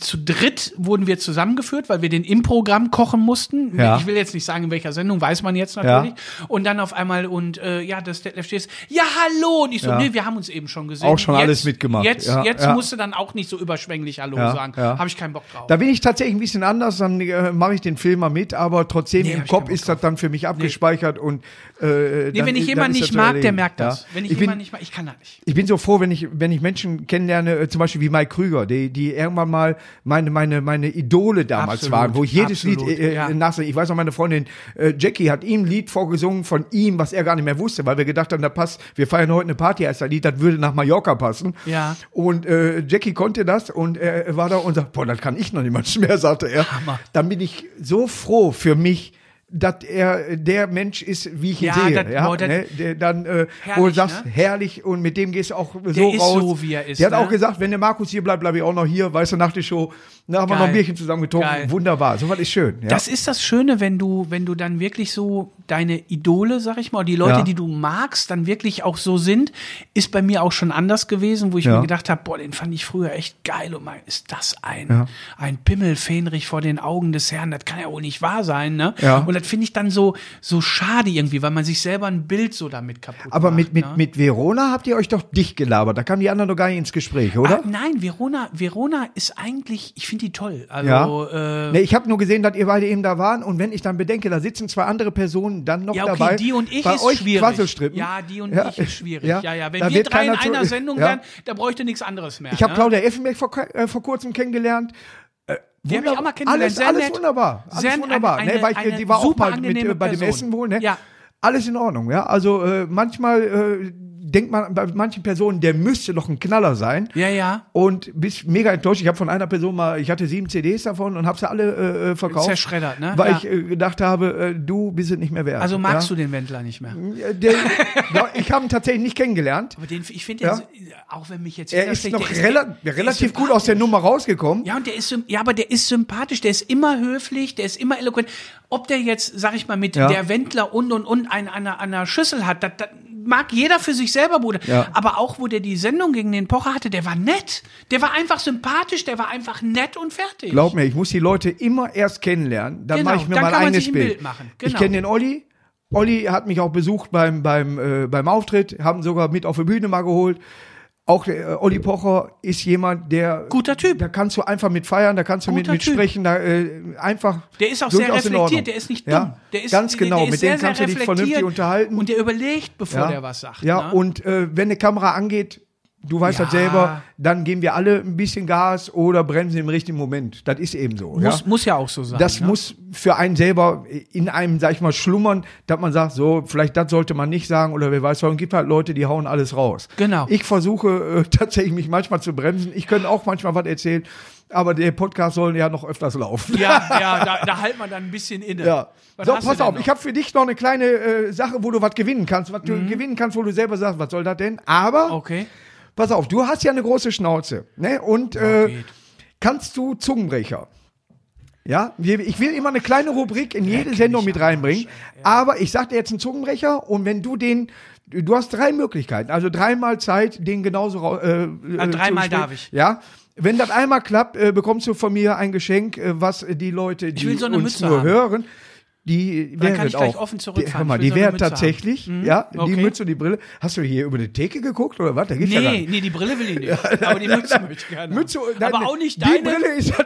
B: zu dritt wurden wir zusammengeführt, weil wir den im Programm kochen mussten.
A: Ja.
B: Ich will jetzt nicht sagen, in welcher Sendung, weiß man jetzt natürlich. Und dann auf einmal und äh, ja, das Detlef stehst, ja, hallo. Und ich so,
A: Ja.
B: nee, wir haben uns eben schon gesehen.
A: Auch schon
B: jetzt,
A: alles mitgemacht.
B: Jetzt,
A: Ja,
B: jetzt
A: ja.
B: musst du dann auch nicht so überschwänglich Hallo
A: Ja,
B: sagen.
A: ja.
B: Habe ich keinen Bock drauf.
A: Da bin ich tatsächlich ein bisschen anders, dann äh, mache ich den Film mal mit, aber trotzdem
B: Nee, hab
A: im
B: ich
A: Kopf
B: keinen
A: ist das dann für mich abgespeichert und äh,
B: nee,
A: dann-
B: wenn ich
A: dann
B: jemanden
A: ist das
B: nicht
A: zu
B: mag, der
A: erledigen.
B: merkt das.
A: Ja.
B: Wenn ich,
A: ich bin
B: jemanden nicht mag, ich kann das nicht.
A: ich bin so froh, wenn ich, wenn ich Menschen kennenlerne, äh, zum Beispiel wie Mike Krüger, die, die irgendwann mal meine, meine, meine Idole damals
B: Absolut,
A: waren, wo ich jedes
B: absolut,
A: Lied äh,
B: ja.
A: äh, nachsinge. Ich weiß noch, meine Freundin äh, Jackie hat ihm ein Lied vorgesungen von ihm, was er gar nicht mehr wusste, weil wir gedacht haben, da passt, wir feiern heute eine Party, als ein Lied, das würde nach Mallorca passen.
B: Ja.
A: Und äh, Jackie konnte das und er war da und sagt, boah, das kann ich noch niemand mehr, sagte er.
B: Hammer.
A: Dann bin ich so froh für mich, dass er äh, der Mensch ist, wie ich ihn
B: Ja,
A: sehe.
B: das- boah, das-
A: ne? der dann, äh, wo du
B: Herrlich,
A: sagst,
B: ne?
A: herrlich und mit dem gehst du auch so
B: Der ist
A: raus.
B: so, wie er ist,
A: Der hat
B: ne?
A: auch gesagt, wenn der Markus hier bleibt, bleibe ich auch noch hier, weißt du, nach der Show. Da haben wir
B: Geil.
A: noch ein Bierchen zusammen getrunken.
B: Geil.
A: Wunderbar, sowas ist schön. Ja.
B: Das ist das Schöne, wenn du, wenn du dann wirklich so deine Idole, sag ich mal, die Leute,
A: Ja.
B: die du magst, dann wirklich auch so sind, ist bei mir auch schon anders gewesen, wo ich
A: Ja.
B: mir gedacht habe, boah, den fand ich früher echt geil und mein, ist das ein,
A: Ja.
B: ein Pimmelfähnrich vor den Augen des Herrn, das kann ja wohl nicht wahr sein, ne?
A: Ja.
B: Und das finde ich dann so, so schade irgendwie, weil man sich selber ein Bild so damit kaputt
A: Aber
B: macht.
A: mit, mit,
B: ne?
A: mit Verona habt ihr euch doch dicht gelabert. Da kamen die anderen doch gar nicht ins Gespräch, oder?
B: Ah, nein, Verona, Verona ist eigentlich, ich finde die toll. Also,
A: Ja.
B: äh,
A: nee, ich habe nur gesehen, dass ihr beide eben da waren und wenn ich dann bedenke, da sitzen zwei andere Personen dann noch
B: Ja, okay,
A: dabei.
B: die und ich
A: bei
B: ist
A: euch
B: schwierig.
A: Quasselstrippen.
B: Ja, die und
A: Ja,
B: ich ist schwierig.
A: ja.
B: Ja, ja. Wenn
A: Da
B: wir
A: wird
B: drei in
A: keiner zu-
B: einer Sendung
A: ja.
B: wären, da bräuchte nichts anderes mehr.
A: Ich habe
B: ne?
A: Claudia Effenberg vor, äh, vor kurzem kennengelernt. Äh,
B: die hab ich auch mal kennengelernt.
A: Alles,
B: sehr
A: alles
B: nett.
A: wunderbar. Alles
B: Sehr-
A: wunderbar.
B: eine-
A: ne? Weil ich,
B: eine
A: die war auch
B: super
A: mal mit, äh,
B: angenehme
A: bei dem
B: Person.
A: Essen wohl. Ne?
B: Ja.
A: Alles in Ordnung. Ja? Also äh, manchmal äh, denkt man bei manchen Personen, der müsste doch ein Knaller sein.
B: Ja, ja.
A: Und bist mega enttäuscht. Ich habe von einer Person mal, ich hatte sieben CDs davon und habe sie alle äh, verkauft.
B: Zerschreddert, ne?
A: Weil
B: Ja.
A: ich äh, gedacht habe, äh, du bist es nicht mehr wert.
B: Also magst
A: ja? Mhm.
B: du den Wendler nicht mehr.
A: du? Der, ja, ich habe ihn tatsächlich nicht kennengelernt.
B: Aber den, ich finde,
A: Ja.
B: den- auch wenn mich jetzt
A: Er
B: jeder
A: ist
B: schlägt,
A: noch
B: der
A: rela
B: der
A: relativ
B: ist
A: gut aus der
B: sympathisch.
A: Nummer rausgekommen.
B: Ja, und der ist, sym- ja, aber der ist sympathisch, der ist immer höflich, der ist immer eloquent. Ob der jetzt, sag ich mal, mit
A: Ja.
B: der Wendler und und und an einer, einer Schüssel hat, das, das mag jeder für sich selber, Bruder.
A: Ja.
B: Aber auch, wo der die Sendung gegen den Pocher hatte, der war nett. Der war einfach sympathisch, der war einfach nett und fertig.
A: Glaub mir, ich muss die Leute immer erst kennenlernen, dann
B: Genau,
A: mache ich mir
B: dann
A: mein
B: kann man
A: eigenes
B: sich ein
A: Bild.
B: Bild machen. Genau.
A: Ich kenne den Olli. Olli hat mich auch besucht beim, beim, äh, beim Auftritt, haben sogar mit auf die Bühne mal geholt. Auch der, äh, Olli Pocher ist jemand, der.
B: Guter Typ.
A: Da kannst du einfach mit feiern, da kannst du mit,
B: Guter
A: mit
B: Typ.
A: sprechen, da, äh, einfach.
B: Der ist auch sehr
A: durchaus in Ordnung.
B: reflektiert, der ist nicht dumm.
A: Ja,
B: der ist,
A: ganz genau,
B: der ist
A: mit
B: sehr,
A: dem kannst
B: sehr
A: du dich
B: reflektiert
A: vernünftig unterhalten.
B: Und der überlegt, bevor
A: Ja.
B: der was sagt.
A: Ja,
B: ne?
A: und äh, wenn eine Kamera angeht, du weißt
B: Ja.
A: das selber, dann geben wir alle ein bisschen Gas oder bremsen im richtigen Moment. Das ist eben so. ja?
B: muss, muss ja auch so sein.
A: Das
B: ne?
A: muss für einen selber in einem, sag ich mal, schlummern, dass man sagt, so, vielleicht das sollte man nicht sagen oder wer weiß, sondern gibt halt Leute, die hauen alles raus.
B: Genau.
A: Ich versuche äh, tatsächlich mich manchmal zu bremsen. Ich könnte auch manchmal was erzählen, aber der Podcast soll ja noch öfters laufen.
B: Ja, ja, da, da halt man dann ein bisschen inne.
A: Ja.
B: Was
A: so,
B: hast du
A: pass
B: denn
A: auf,
B: noch? Mhm.
A: ich habe für dich noch eine kleine äh, Sache, wo du was gewinnen kannst, was du gewinnen kannst, wo du selber sagst, was soll das denn? Aber,
B: Okay.
A: pass auf, du hast ja eine große Schnauze, ne? Und äh,
B: geht.
A: kannst du Zungenbrecher? Ja, wir- ich will immer eine kleine Rubrik in jede Sendung mit reinbringen, aber ich sag dir jetzt einen Zungenbrecher und wenn du den Du hast drei Möglichkeiten, also dreimal Zeit, den genauso rau- äh, äh,
B: Ah, dreimal
A: zu spielen.
B: darf ich.
A: Ja. Wenn das einmal klappt, äh, bekommst du von mir ein Geschenk, äh, was die Leute, die
B: will so eine
A: uns
B: Mütze
A: nur
B: haben.
A: hören, die
B: Dann
A: wären
B: kann ich
A: das
B: gleich
A: auch.
B: offen
A: die, hör
B: zurückfahren.
A: mal,
B: Ich will
A: die
B: so eine
A: wären
B: Mütze haben. Mhm.
A: tatsächlich, ja,
B: okay.
A: die Mütze und die Brille. Hast du hier über die Theke geguckt oder was? Da geht's ja gar
B: Nee,
A: nicht.
B: nee, die Brille will ich nicht. Aber die Mütze möchte ich gerne. haben.
A: Mütze, und-
B: aber
A: nein,
B: auch nicht
A: die
B: deine.
A: Brille ist ja
B: Auch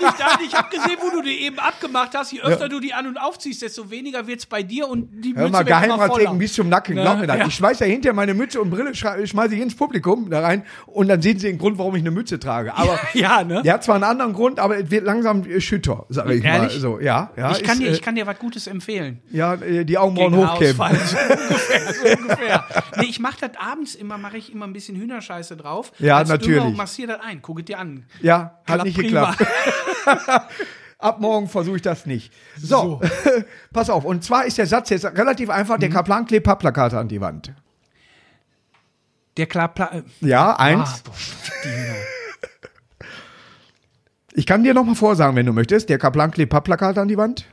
B: nicht deine. Ich habe gesehen, wo du die eben abgemacht hast. Je öfter du die an- und aufziehst, desto weniger wird's bei dir und
A: Hör mal,
B: die Mütze wird immer voller. Ne,
A: Geheimratsecken bis zum Nacken, glaub mir das.
B: Ja.
A: Ich schmeiß da hinter meine Mütze und Brille, schrei- schmeiß ich ins Publikum da rein und dann sehen sie den Grund, warum ich eine Mütze trage. Aber
B: Ja, ne?
A: der hat zwar einen anderen Grund, aber es wird langsam äh, schütter, sag ich
B: Ehrlich?
A: mal. So, ja, ja,
B: Ich kann,
A: ist,
B: dir,
A: äh,
B: ich kann dir was Gutes empfehlen.
A: ja, äh, die Augenbrauen
B: Gegen
A: hochkämmen.
B: Haarausfall, So ungefähr, so ungefähr. Nee, ich mache das abends immer, mache ich immer ein bisschen Hühnerscheiße drauf.
A: Ja,
B: Als Dünger
A: natürlich.
B: Und massiere das ein, guck es dir an.
A: Ja, hat
B: Klappt
A: nicht
B: prima.
A: geklappt. Ab morgen versuche ich das nicht. So, pass auf. Und zwar ist der Satz jetzt relativ einfach.
B: Mhm.
A: Der Kaplan klebt Pappplakate an die Wand.
B: Der klar, Pla-
A: Ja, eins.
B: Ah, boah, Dino.
A: Ich kann dir nochmal vorsagen, wenn du möchtest. Der Kaplan klebt Pappplakate an die Wand.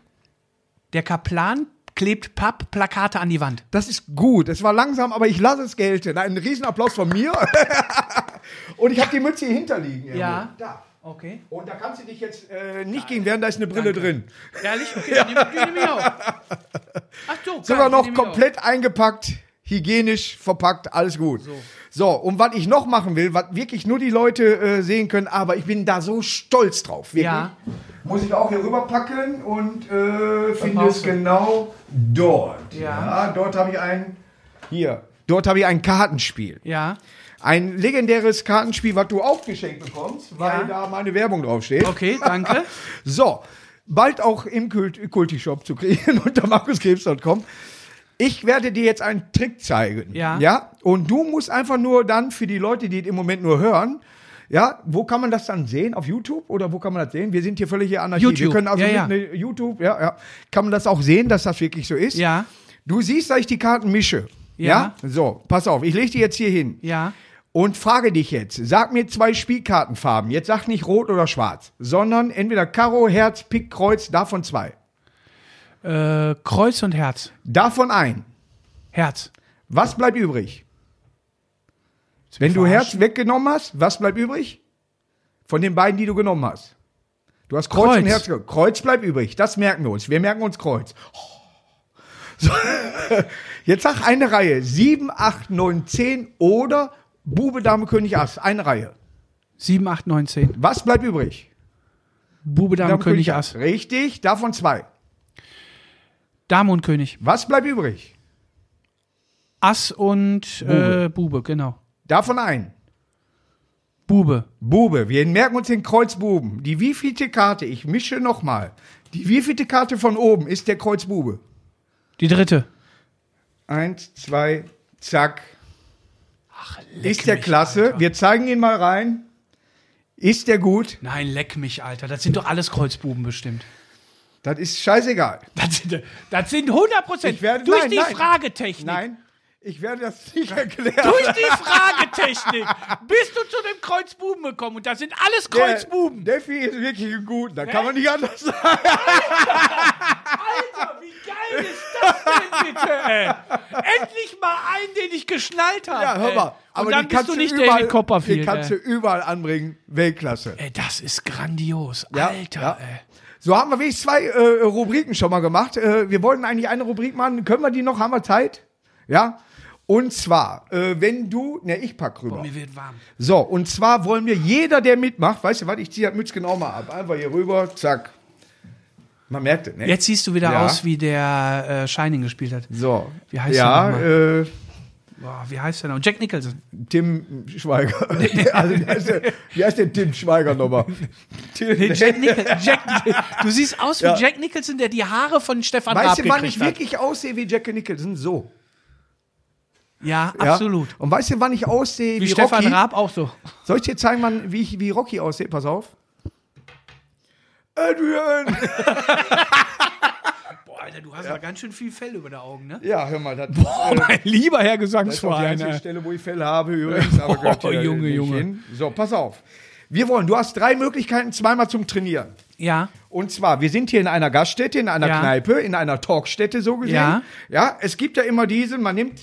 B: Der Kaplan klebt Pappplakate an die Wand.
A: Das ist gut. Es war langsam, aber ich lasse es gelten. Ein Riesenapplaus von mir. Und ich habe die Mütze hier hinterliegen. irgendwo.
B: Ja.
A: Da.
B: Okay.
A: Und da kannst du dich jetzt äh, nicht gegen wehren, da ist eine Brille
B: Danke.
A: drin.
B: Ehrlich? Okay, ja. die, die nehme ich auch. Ach du, geil,
A: Sogar
B: die
A: noch
B: nehme ich auch.
A: komplett eingepackt, hygienisch verpackt, alles gut. So. und was ich noch machen will, was wirklich nur die Leute äh, sehen können, aber ich bin da so stolz drauf, wirklich.
B: Ja.
A: Muss ich auch hier rüberpacken und äh, finde es
B: brauchst du.
A: genau dort.
B: Ja.
A: dort habe ich ein. Hier. Dort habe ich ein Kartenspiel.
B: Ja,
A: Ein legendäres Kartenspiel, was du auch geschenkt bekommst, weil
B: Ja. Oh.
A: da meine Werbung draufsteht.
B: okay, danke.
A: So, bald auch im Kult- Kulti-Shop zu kriegen unter markuskrebs.com. Ich werde dir jetzt einen Trick zeigen.
B: Ja.
A: ja. Und du musst einfach nur dann für die Leute, die es im Moment nur hören, ja, wo kann man das dann sehen? Auf YouTube oder wo kann man das sehen? Wir sind hier völlig hier Anarchie. Wir
B: YouTube.
A: können also
B: Ja, ja.
A: mit ne- YouTube, ja, ja. Kann man das auch sehen, dass das wirklich so ist?
B: Ja,
A: Du siehst, dass ich die Karten mische.
B: Ja.
A: ja? So, pass auf, ich lege die jetzt hier hin
B: ja.
A: und frage dich jetzt, sag mir zwei Spielkartenfarben. Jetzt sag nicht rot oder schwarz, sondern entweder Karo, Herz, Pik, Kreuz, davon zwei.
B: Äh, Kreuz und Herz.
A: Davon ein.
B: Herz.
A: Was bleibt übrig?
B: Willst
A: Wenn
B: mich
A: du
B: verarschen?
A: Herz weggenommen hast, was bleibt übrig? Von den beiden, die du genommen hast. Du hast Kreuz,
B: Kreuz.
A: und Herz. ge- Kreuz bleibt übrig. Das merken wir uns. Wir merken uns Kreuz. So. Jetzt sag eine Reihe. Sieben, acht, neun, zehn oder Bube, Dame, König, Ass. Eine Reihe.
B: 7, 8, 9, 10.
A: Was bleibt übrig?
B: Bube, Dame, König, Ass.
A: Richtig, davon zwei.
B: Dame und König.
A: Was bleibt übrig?
B: Ass und Bube, äh, Bube genau.
A: Davon ein.
B: Bube.
A: Bube, wir merken uns den Kreuzbuben. Die wievielte Karte, ich mische nochmal. Die wievielte Karte von oben ist der Kreuzbube?
B: Die dritte.
A: Eins, zwei, zack.
B: Ach, leck
A: Ist der klasse. Wir zeigen ihn mal rein. Ist der gut?
B: Nein, leck mich, Alter. Das sind doch alles Kreuzbuben bestimmt.
A: Das ist scheißegal.
B: Das sind, das sind 100 Prozent.
A: Ich werde-
B: Durch
A: nein,
B: die
A: nein.
B: Fragetechnik.
A: Nein, ich werde das nicht erklären.
B: Durch die Fragetechnik bist du zu dem Kreuzbuben gekommen. Und das sind alles Kreuzbuben.
A: Der Defi ist wirklich ein guter. Da kann man nicht anders sagen.
B: Alter, wie geil ist das denn bitte, ey? Endlich mal einen, den ich geschnallt habe.
A: Ja, hör mal.
B: ey. Ah, äh, Und dann bist du nicht äh. David
A: Die
B: Copperfield.
A: kannst du
B: Ey.
A: überall anbringen. Weltklasse.
B: ey, das ist grandios.
A: Ja,
B: Alter,
A: ja.
B: ey.
A: So haben wir wenigstens zwei äh, Rubriken schon mal gemacht. Äh, wir wollten eigentlich eine Rubrik machen. Können wir die noch? Haben wir Zeit? Ja. Und zwar, äh, wenn du, ne, ich pack rüber.
B: Mir wird warm.
A: So, und zwar wollen wir jeder, der mitmacht, weißt du was, ich ziehe das Mützchen auch mal ab. Einfach hier rüber, zack. Man merkt es, ne?
B: Jetzt siehst du wieder
A: Ja.
B: aus, wie der äh, Shining gespielt hat.
A: So.
B: Wie heißt der
A: Ja,
B: nochmal?
A: äh,
B: Boah, wie heißt der noch? Jack Nicholson.
A: Tim Schweiger. also, wie heißt der, wie heißt der Tim Schweiger nochmal? Tim,
B: Nee, Jack Nicholson. Jack, du siehst aus wie
A: Ja.
B: Jack Nicholson, der die Haare von Stefan Raab
A: Weißt du, wann
B: gekriegt
A: ich
B: hat.
A: wirklich aussehe wie Jack Nicholson? So.
B: Ja,
A: Ja?
B: absolut.
A: Und weißt du, wann ich aussehe wie,
B: Wie, Stefan
A: Rocky?
B: Raab auch so.
A: Soll ich dir zeigen, wann, wie, ich, wie Rocky aussehe? Pass auf. Adrian!
B: Boah, Alter, du hast ja. ganz schön viel Fell über den Augen, ne?
A: Ja, hör mal, das
B: Boah, mein lieber Herr
A: ist auch die
B: Gesangsverein.
A: einzige
B: ey.
A: Stelle, wo ich Fell habe übrigens. Aber gehört
B: Oh,
A: hier
B: Junge,
A: nicht
B: Junge.
A: Hin. So, pass auf. Wir wollen, du hast drei Möglichkeiten, zweimal zum Trainieren.
B: Ja.
A: Und zwar, wir sind hier in einer Gaststätte, in einer
B: Ja.
A: Kneipe, in einer Talkstätte so gesehen.
B: Ja.
A: ja, es gibt ja immer diesen, man nimmt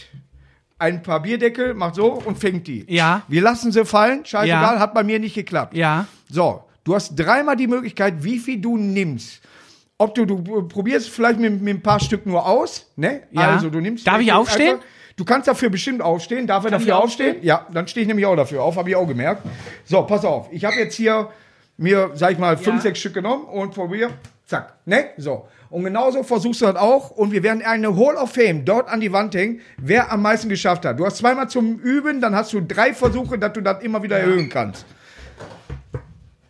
A: ein paar Bierdeckel, macht so und fängt die.
B: Ja.
A: Wir lassen sie fallen, scheißegal, hat bei mir nicht geklappt.
B: Ja.
A: So, du hast dreimal die Möglichkeit, wie viel du nimmst. Ob du, du probierst vielleicht mit, mit ein paar Stück nur aus, ne?
B: Ja.
A: Also du nimmst.
B: Darf ich aufstehen?
A: Du kannst dafür bestimmt aufstehen. Darf er
B: Kann
A: dafür
B: ich
A: aufstehen?
B: aufstehen?
A: Ja, dann stehe ich nämlich auch dafür auf, habe ich auch gemerkt. So, pass auf. Ich habe jetzt hier mir, sag ich mal, fünf,
B: Ja.
A: sechs Stück genommen und probiere. Zack. Ne? So. Und genauso versuchst du das auch. Und wir werden eine Hall of Fame dort an die Wand hängen, wer am meisten geschafft hat. Du hast zweimal zum Üben, dann hast du drei Versuche, dass du das immer wieder erhöhen kannst.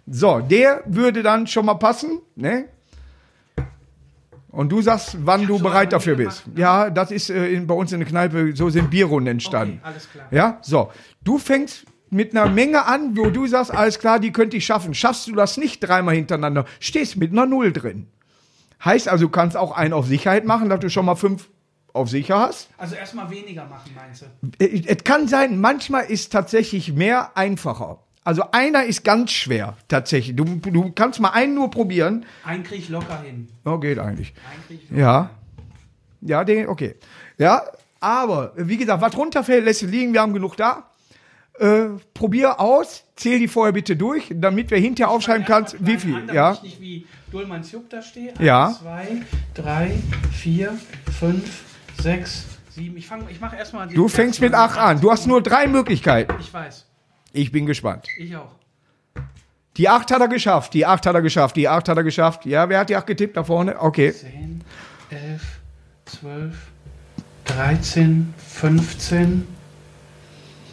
A: So, der würde dann schon mal passen, ne? Und du sagst, wann du
B: so
A: bereit
B: lange nicht
A: dafür bist.
B: gemacht,
A: Ja, das ist äh, in, bei uns in der Kneipe, so sind Bierrunden entstanden.
B: alles klar.
A: Ja, so. Du fängst mit einer Menge an, wo du sagst, alles klar, die könnte ich schaffen. Schaffst du das nicht dreimal hintereinander, stehst mit einer Null drin. Heißt also, du kannst auch einen auf Sicherheit machen, dass du schon mal fünf auf sicher hast.
B: Also erstmal weniger machen, meinst du?
A: Äh, Es kann sein, manchmal ist tatsächlich mehr einfacher. Also einer ist ganz schwer, tatsächlich. Du, du kannst mal einen nur probieren.
B: Einen krieg ich locker hin.
A: Oh, geht eigentlich.
B: Einen krieg ich locker.
A: Ja. Ja, den, okay. Ja, aber wie gesagt, was runterfällt, lässt du liegen, wir haben genug da. Äh, probier aus, zähl die vorher bitte durch, damit wir hinterher aufschreiben kannst, wie viel. Ja,
B: Ich nicht wie Dullmanns Jupp da stehe.
A: Ja.
B: Zwei, drei, vier, fünf, sechs, sieben. Ich, fang- ich mache erstmal die.
A: du fängst mit 8 an. Du hast nur drei Möglichkeiten.
B: Ich weiß.
A: Ich bin gespannt.
B: Ich auch.
A: Die 8 hat er geschafft, die 8 hat er geschafft, die 8 hat er geschafft. Ja, wer hat die 8 getippt da vorne? Okay.
B: 10, 11, 12, 13, 15,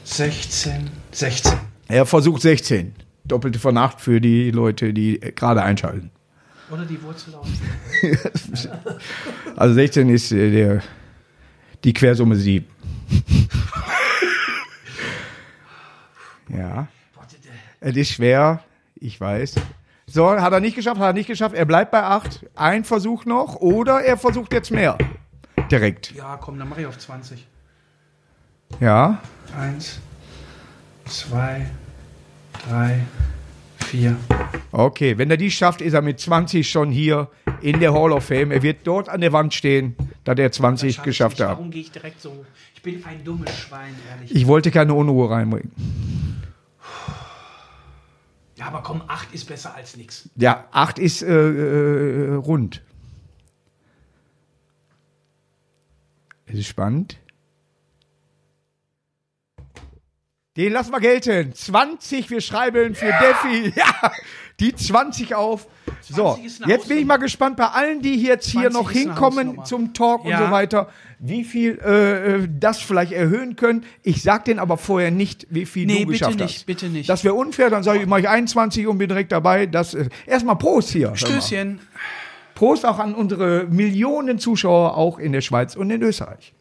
B: 16, 16.
A: Er versucht 16. Doppelte von 8 für die Leute, die äh, gerade einschalten.
B: Oder die Wurzel aus.
A: Also 16 ist äh, der, die Quersumme 7. ja,
B: Boah, d- d-
A: es ist schwer, ich weiß. So, hat er nicht geschafft, hat er nicht geschafft. Er bleibt bei 8. Ein Versuch noch oder er versucht jetzt mehr. Direkt.
B: Ja, komm, dann mache ich auf 20.
A: Ja,
B: Eins, zwei, drei, vier.
A: okay. Wenn er die schafft, ist er mit 20 schon hier in der Hall of Fame. Er wird dort an der Wand stehen, dass er 20 geschafft hat.
B: Warum gehe ich direkt so hoch? Ich bin ein dummes Schwein, ehrlich.
A: Ich wollte keine Unruhe reinbringen.
B: ja, aber komm, acht ist besser als nichts.
A: Ja, 8 ist äh, äh, rund. Es ist spannend. Den lassen wir gelten. 20, wir schreiben für Defi. Ja, die 20 auf. So,
B: 20 ist eine
A: jetzt bin ich mal gespannt bei allen, die jetzt hier
B: 20
A: noch
B: ist eine
A: hinkommen
B: Hausnummer.
A: zum Talk und
B: Ja.
A: so weiter, wie viel äh, äh, das vielleicht erhöhen können. Ich sag denen aber vorher nicht, wie viel
B: Nee,
A: du
B: bitte
A: geschafft
B: nicht,
A: hast.
B: bitte nicht.
A: Das wäre unfair, dann sage ich, mache ich 21 und bin direkt dabei. Das, äh, erstmal Prost hier. Sag mal.
B: Stößchen.
A: Prost auch an unsere Millionen Zuschauer, auch in der Schweiz und in Österreich.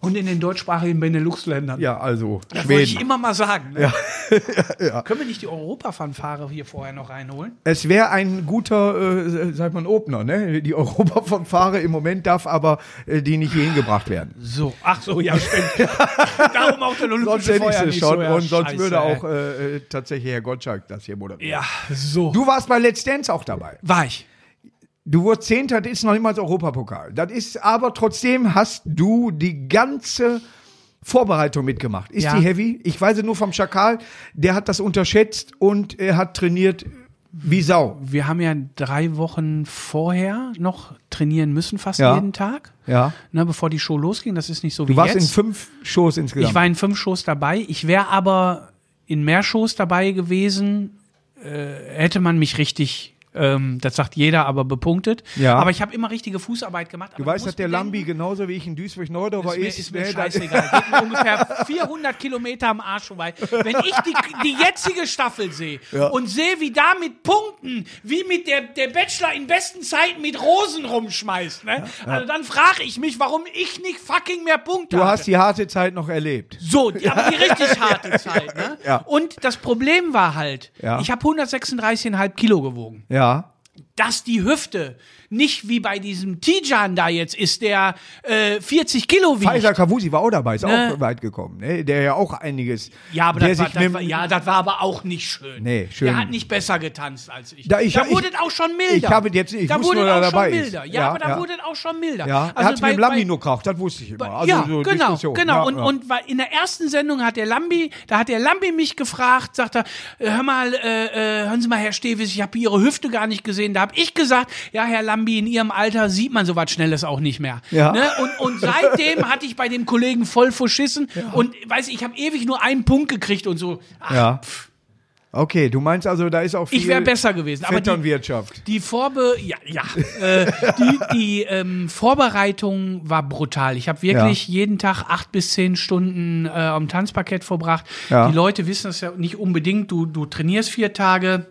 B: Und in den deutschsprachigen Benelux-Ländern.
A: Ja, also
B: Das wollte ich
A: Schweden.
B: immer mal sagen. Ne? Können wir nicht die Europa-Fanfare hier vorher noch reinholen?
A: Es wäre ein guter, äh, sagt man, Opener, ne? Die Europa von Fahre im Moment darf aber äh, die nicht hier hingebracht werden.
B: So, ach so, ja, stimmt. Darum auch der
A: Sonst
B: Olympische
A: hätte ich
B: Feuer
A: sie
B: nicht
A: schon
B: so, ja,
A: und sonst
B: scheiße,
A: würde
B: ey.
A: auch äh, äh, tatsächlich Herr Gottschalk das hier moderieren.
B: Ja, so.
A: Du warst bei Let's Dance auch dabei.
B: War ich.
A: Du wurdest Zehnter, das ist noch niemals Europapokal. Das ist, aber trotzdem hast du die ganze Vorbereitung mitgemacht. Ist
B: Ja.
A: die heavy? Ich weiß es nur vom Schakal, der hat das unterschätzt und er hat trainiert wie Sau.
B: Wir haben ja drei Wochen vorher noch trainieren müssen, fast
A: Ja.
B: jeden Tag.
A: Ja.
B: Ne, bevor die Show losging, das ist nicht so
A: Du
B: wie
A: warst in
B: jetzt.
A: fünf Shows insgesamt.
B: ich war in fünf Shows dabei. Ich wäre aber in mehr Shows dabei gewesen, äh, hätte man mich richtig, ähm, das sagt jeder, aber bepunktet.
A: Ja.
B: Aber ich habe immer richtige Fußarbeit gemacht.
A: du
B: aber
A: weißt,
B: musst
A: dass der
B: bedenken,
A: Lambi genauso wie ich in Duisburg-Neudorfer
B: Ist mir,
A: ist.
B: ist mir
A: ne, da-
B: scheißegal. Geht mir ungefähr 400 Kilometer am Arsch vorbei. Wenn ich die, die jetzige Staffel sehe und sehe, wie da mit Punkten, wie mit der, der Bachelor in besten Zeiten mit Rosen rumschmeißt, ne? also dann frage ich mich, warum ich nicht fucking mehr Punkte
A: Du
B: hatte.
A: hast die harte Zeit noch erlebt.
B: So, die, aber die richtig harte Zeit. Ne?
A: Ja.
B: Und das Problem war halt,
A: Ja.
B: ich habe 136,5 Kilo gewogen.
A: Ja.
B: Dass die Hüfte Nicht wie bei diesem Tijan da jetzt ist, der äh, 40 Kilo wiegt.
A: Faisal Kavusi war auch dabei, ist auch weit gekommen, ne? Der ja auch einiges.
B: Ja, aber
A: der
B: das war,
A: sich
B: das
A: mit-
B: war, ja, das war aber auch nicht schön.
A: Nee, schön.
B: Der hat nicht besser getanzt als ich.
A: Da- ich-
B: da
A: ich-
B: wurde es auch schon milder.
A: ich habe jetzt- ich
B: da
A: wusste
B: wurde
A: nur,
B: es auch
A: dass er dabei
B: schon
A: ist.
B: milder. Ja,
A: Ja,
B: aber da
A: ja.
B: wurde es auch schon milder.
A: Ja, er hat
B: Also bei-
A: mit dem Lambi
B: bei-
A: nur geraucht, das wusste ich immer. Also
B: ja,
A: so
B: genau,
A: Diskussion.
B: genau.
A: Ja,
B: und,
A: ja.
B: und weil in der ersten Sendung hat der Lambi, da hat der Lambi mich gefragt, sagt er, äh, hör mal, äh, äh, hören Sie mal, Herr Stewes, ich habe Ihre Hüfte gar nicht gesehen. Da habe ich gesagt, ja, Herr Lambi, in Ihrem Alter sieht man sowas Schnelles auch nicht mehr.
A: Ja.
B: Ne? Und, und seitdem hatte ich bei dem Kollegen voll verschissen und weiß ich, ich habe ewig nur einen Punkt gekriegt und so. Ach,
A: ja. Okay, du meinst also, da ist auch viel
B: ich wäre besser gewesen. Aber die,
A: Vetternwirtschaft.
B: die Vorbe ja, ja. Äh, die die ähm, Vorbereitung war brutal. Ich habe wirklich jeden Tag acht bis zehn Stunden äh, am Tanzparkett verbracht.
A: Ja.
B: Die Leute wissen das ja nicht unbedingt. Du, du trainierst vier Tage.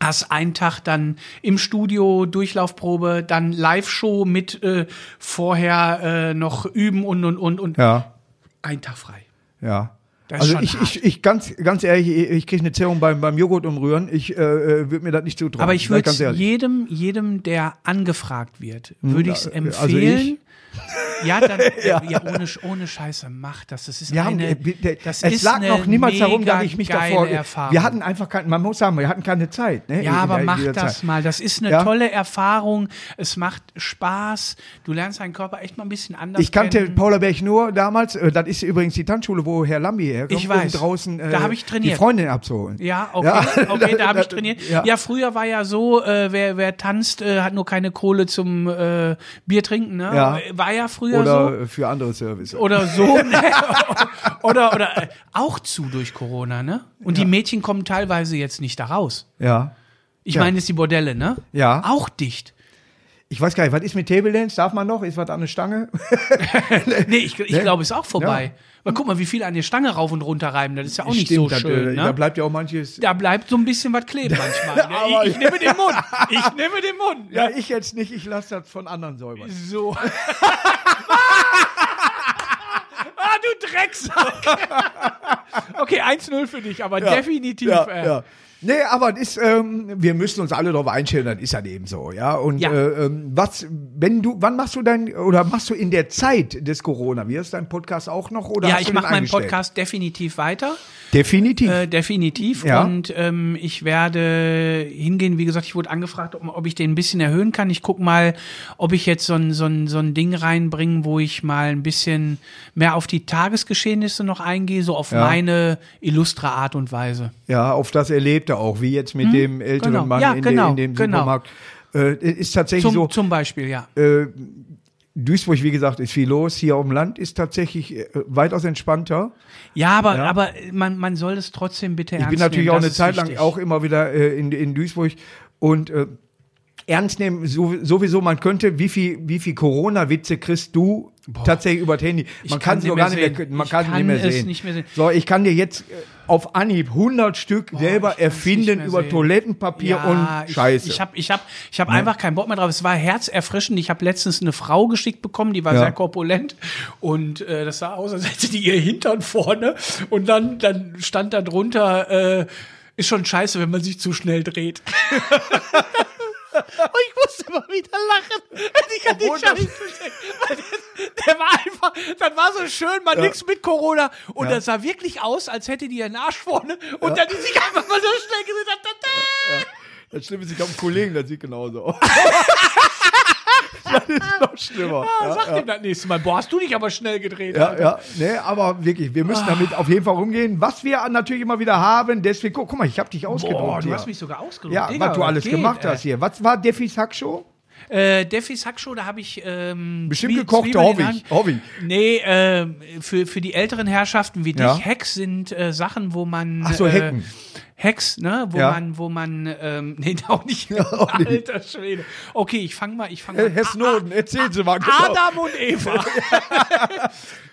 B: Hast einen Tag dann im Studio Durchlaufprobe, dann Live-Show mit äh, vorher äh, noch üben und und und und
A: Ja,
B: ein Tag frei.
A: ja.
B: Das ist
A: also
B: schon
A: ich,
B: hart.
A: ich, ich ganz, ganz ehrlich, ich, ich kriege eine Zerrung beim, beim Joghurt umrühren. Ich äh, würde mir das nicht zutrauen.
B: Aber ich
A: Sag
B: würde
A: ganz ehrlich.
B: jedem, jedem, der angefragt wird, würde ich es
A: also
B: empfehlen. ja, dann, äh, ja. ohne, Sch- ohne Scheiße, macht das. Das ist
A: Wir haben,
B: eine,
A: äh, wir-
B: das
A: es
B: ist
A: lag
B: eine
A: noch niemals darum,
B: mega
A: dass ich mich
B: geile
A: davor.
B: Erfahrung.
A: Wir hatten einfach keine, man muss sagen, wir hatten keine Zeit. Ne,
B: ja,
A: in der-
B: aber
A: in
B: mach
A: dieser
B: das
A: Zeit.
B: mal. Das ist eine
A: Ja.
B: tolle Erfahrung. Es macht Spaß. Du lernst deinen Körper echt mal ein bisschen anders
A: Ich kannte
B: kennen.
A: Paula Berg nur damals, äh, das ist übrigens die Tanzschule, wo Herr Lambi herkommt,
B: Ich weiß.
A: um draußen äh,
B: Da hab ich
A: die
B: trainiert.
A: Freundin abzuholen.
B: Ja, okay,
A: Ja,
B: okay da habe ich
A: da-
B: trainiert.
A: ja.
B: Ja. früher war ja so, äh, wer, wer tanzt, äh, hat nur keine Kohle zum äh, Bier trinken. Ne?
A: Ja.
B: War ja früher so.
A: Oder äh, für andere Services.
B: oder so. ne? oder, oder äh, auch zu durch Corona, ne? Und die Mädchen kommen teilweise jetzt nicht da raus.
A: Ja.
B: Ich
A: Ja.
B: meine, es ist die Bordelle, ne?
A: Ja.
B: Auch dicht.
A: Ich weiß gar nicht, was ist mit Table Dance? Darf man noch? Ist was an der Stange?
B: Nee, ich, ich
A: Ne?
B: glaube, es ist auch vorbei. Weil guck mal, wie viel an der Stange rauf und runter reiben, das ist ja auch nicht so
A: das,
B: schön,
A: äh,
B: ne?
A: Da bleibt ja auch manches.
B: da bleibt so ein bisschen was kleben manchmal. ne?
A: Aber-
B: ich, ich nehme den Mund. Ich nehme den Mund.
A: Ja, ich jetzt nicht, ich lasse das von anderen säubern.
B: So. ah, du Drecksack. okay, 1-0 für dich, aber definitiv.
A: Ja,
B: äh,
A: ja. Nee, aber das ist, ähm, wir müssen uns alle darauf einstellen, das ist halt eben so, ja. Und
B: Ja.
A: Äh, ähm, was, wenn du, wann machst du dein, oder machst du in der Zeit des Coronavirus deinen Podcast auch noch? Oder
B: Ja,
A: hast du
B: ich
A: den
B: mache meinen
A: eingestellt?
B: Podcast definitiv weiter.
A: Definitiv.
B: Äh, definitiv.
A: Ja.
B: Und ähm, ich werde hingehen, wie gesagt, ich wurde angefragt, ob, ob ich den ein bisschen erhöhen kann. Ich guck mal, ob ich jetzt so ein, so ein, so ein Ding reinbringe, wo ich mal ein bisschen mehr auf die Tagesgeschehnisse noch eingehe, so auf
A: Ja.
B: meine illustre Art und Weise.
A: Ja, auf das Erlebte auch, wie jetzt mit dem älteren
B: genau.
A: Mann
B: Ja,
A: in,
B: genau,
A: de, in dem
B: genau.
A: Supermarkt. Äh, ist tatsächlich
B: Zum,
A: so.
B: zum Beispiel, ja.
A: äh, Duisburg, wie gesagt, ist viel los. Hier auf dem Land ist tatsächlich äh, weitaus entspannter.
B: Ja, aber,
A: Ja.
B: aber man, man soll es trotzdem bitte
A: Ich
B: ernst
A: bin natürlich
B: nehmen.
A: auch
B: Das
A: eine
B: ist
A: Zeit lang
B: wichtig.
A: auch immer wieder äh, in, in Duisburg und äh, ernst nehmen so, sowieso. Man könnte, wie viel, wie viel Corona-Witze kriegst du tatsächlich über das Handy? Man
B: kann
A: kann es
B: sie
A: noch
B: mehr
A: gar nicht mehr,
B: sehen.
A: man
B: Ich
A: kann, sie
B: kann
A: nicht, mehr
B: es
A: sehen.
B: nicht mehr sehen.
A: So, ich kann dir jetzt äh, auf Anhieb 100 Stück
B: ich
A: selber
B: kann's nicht
A: erfinden
B: mehr
A: über
B: sehen.
A: Toilettenpapier und
B: ich-
A: Scheiße. Ne?
B: Ich habe ich hab, ich hab einfach keinen Bock mehr drauf. Es war herzerfrischend. Ich habe letztens eine Frau geschickt bekommen, die war
A: Ja.
B: sehr korpulent und äh, das sah aus, als hätte die ihr Hintern vorne und dann, dann stand da drunter, äh, ist schon scheiße, wenn man sich zu schnell dreht. Und ich musste mal wieder lachen. Ich hatte
A: Obwohl
B: die
A: das-
B: Scheiße. gesehen. Der war einfach, das war so schön, mal nix mit Corona. Und das sah wirklich aus, als hätte die ihren Arsch vorne und dann die sich einfach mal so schnell gesehen hat. Tada!
A: Das Schlimme ist, ich habe einen Kollegen, der sieht genauso aus. das ist noch schlimmer.
B: Ah, sag dem das nächste Mal. Boah, hast du dich aber schnell gedreht.
A: Ja,
B: Alter.
A: ja, nee, aber wirklich, wir müssen damit
B: Ah.
A: auf jeden Fall rumgehen. Was wir natürlich immer wieder haben, deswegen, guck, guck mal, ich habe dich ausgedruckt.
B: Boah, du
A: hier.
B: hast mich sogar ausgerufen.
A: ja, was du alles gemacht hast hier. Was war Deffys Hackshow?
B: Äh, Deffys Hackshow, da habe ich. Ähm,
A: Bestimmt
B: Zwie-
A: gekocht,
B: Zwiebeln
A: hoffe
B: in
A: ich,
B: Hand.
A: hoffe ich.
B: Nee, äh, für, für die älteren Herrschaften wie dich,
A: Ja.
B: Hacks sind äh, Sachen, wo man.
A: Ach so,
B: äh,
A: Hacken.
B: Hacks, ne? Wo
A: Ja.
B: man, wo man, ähm, nee, auch nicht.
A: auch nicht.
B: Alter Schwede. Okay, ich fange mal, ich fange
A: Herr
B: mal.
A: Äh, Herr
B: ah,
A: Snowden, erzählen Sie mal. genau.
B: Adam und Eva.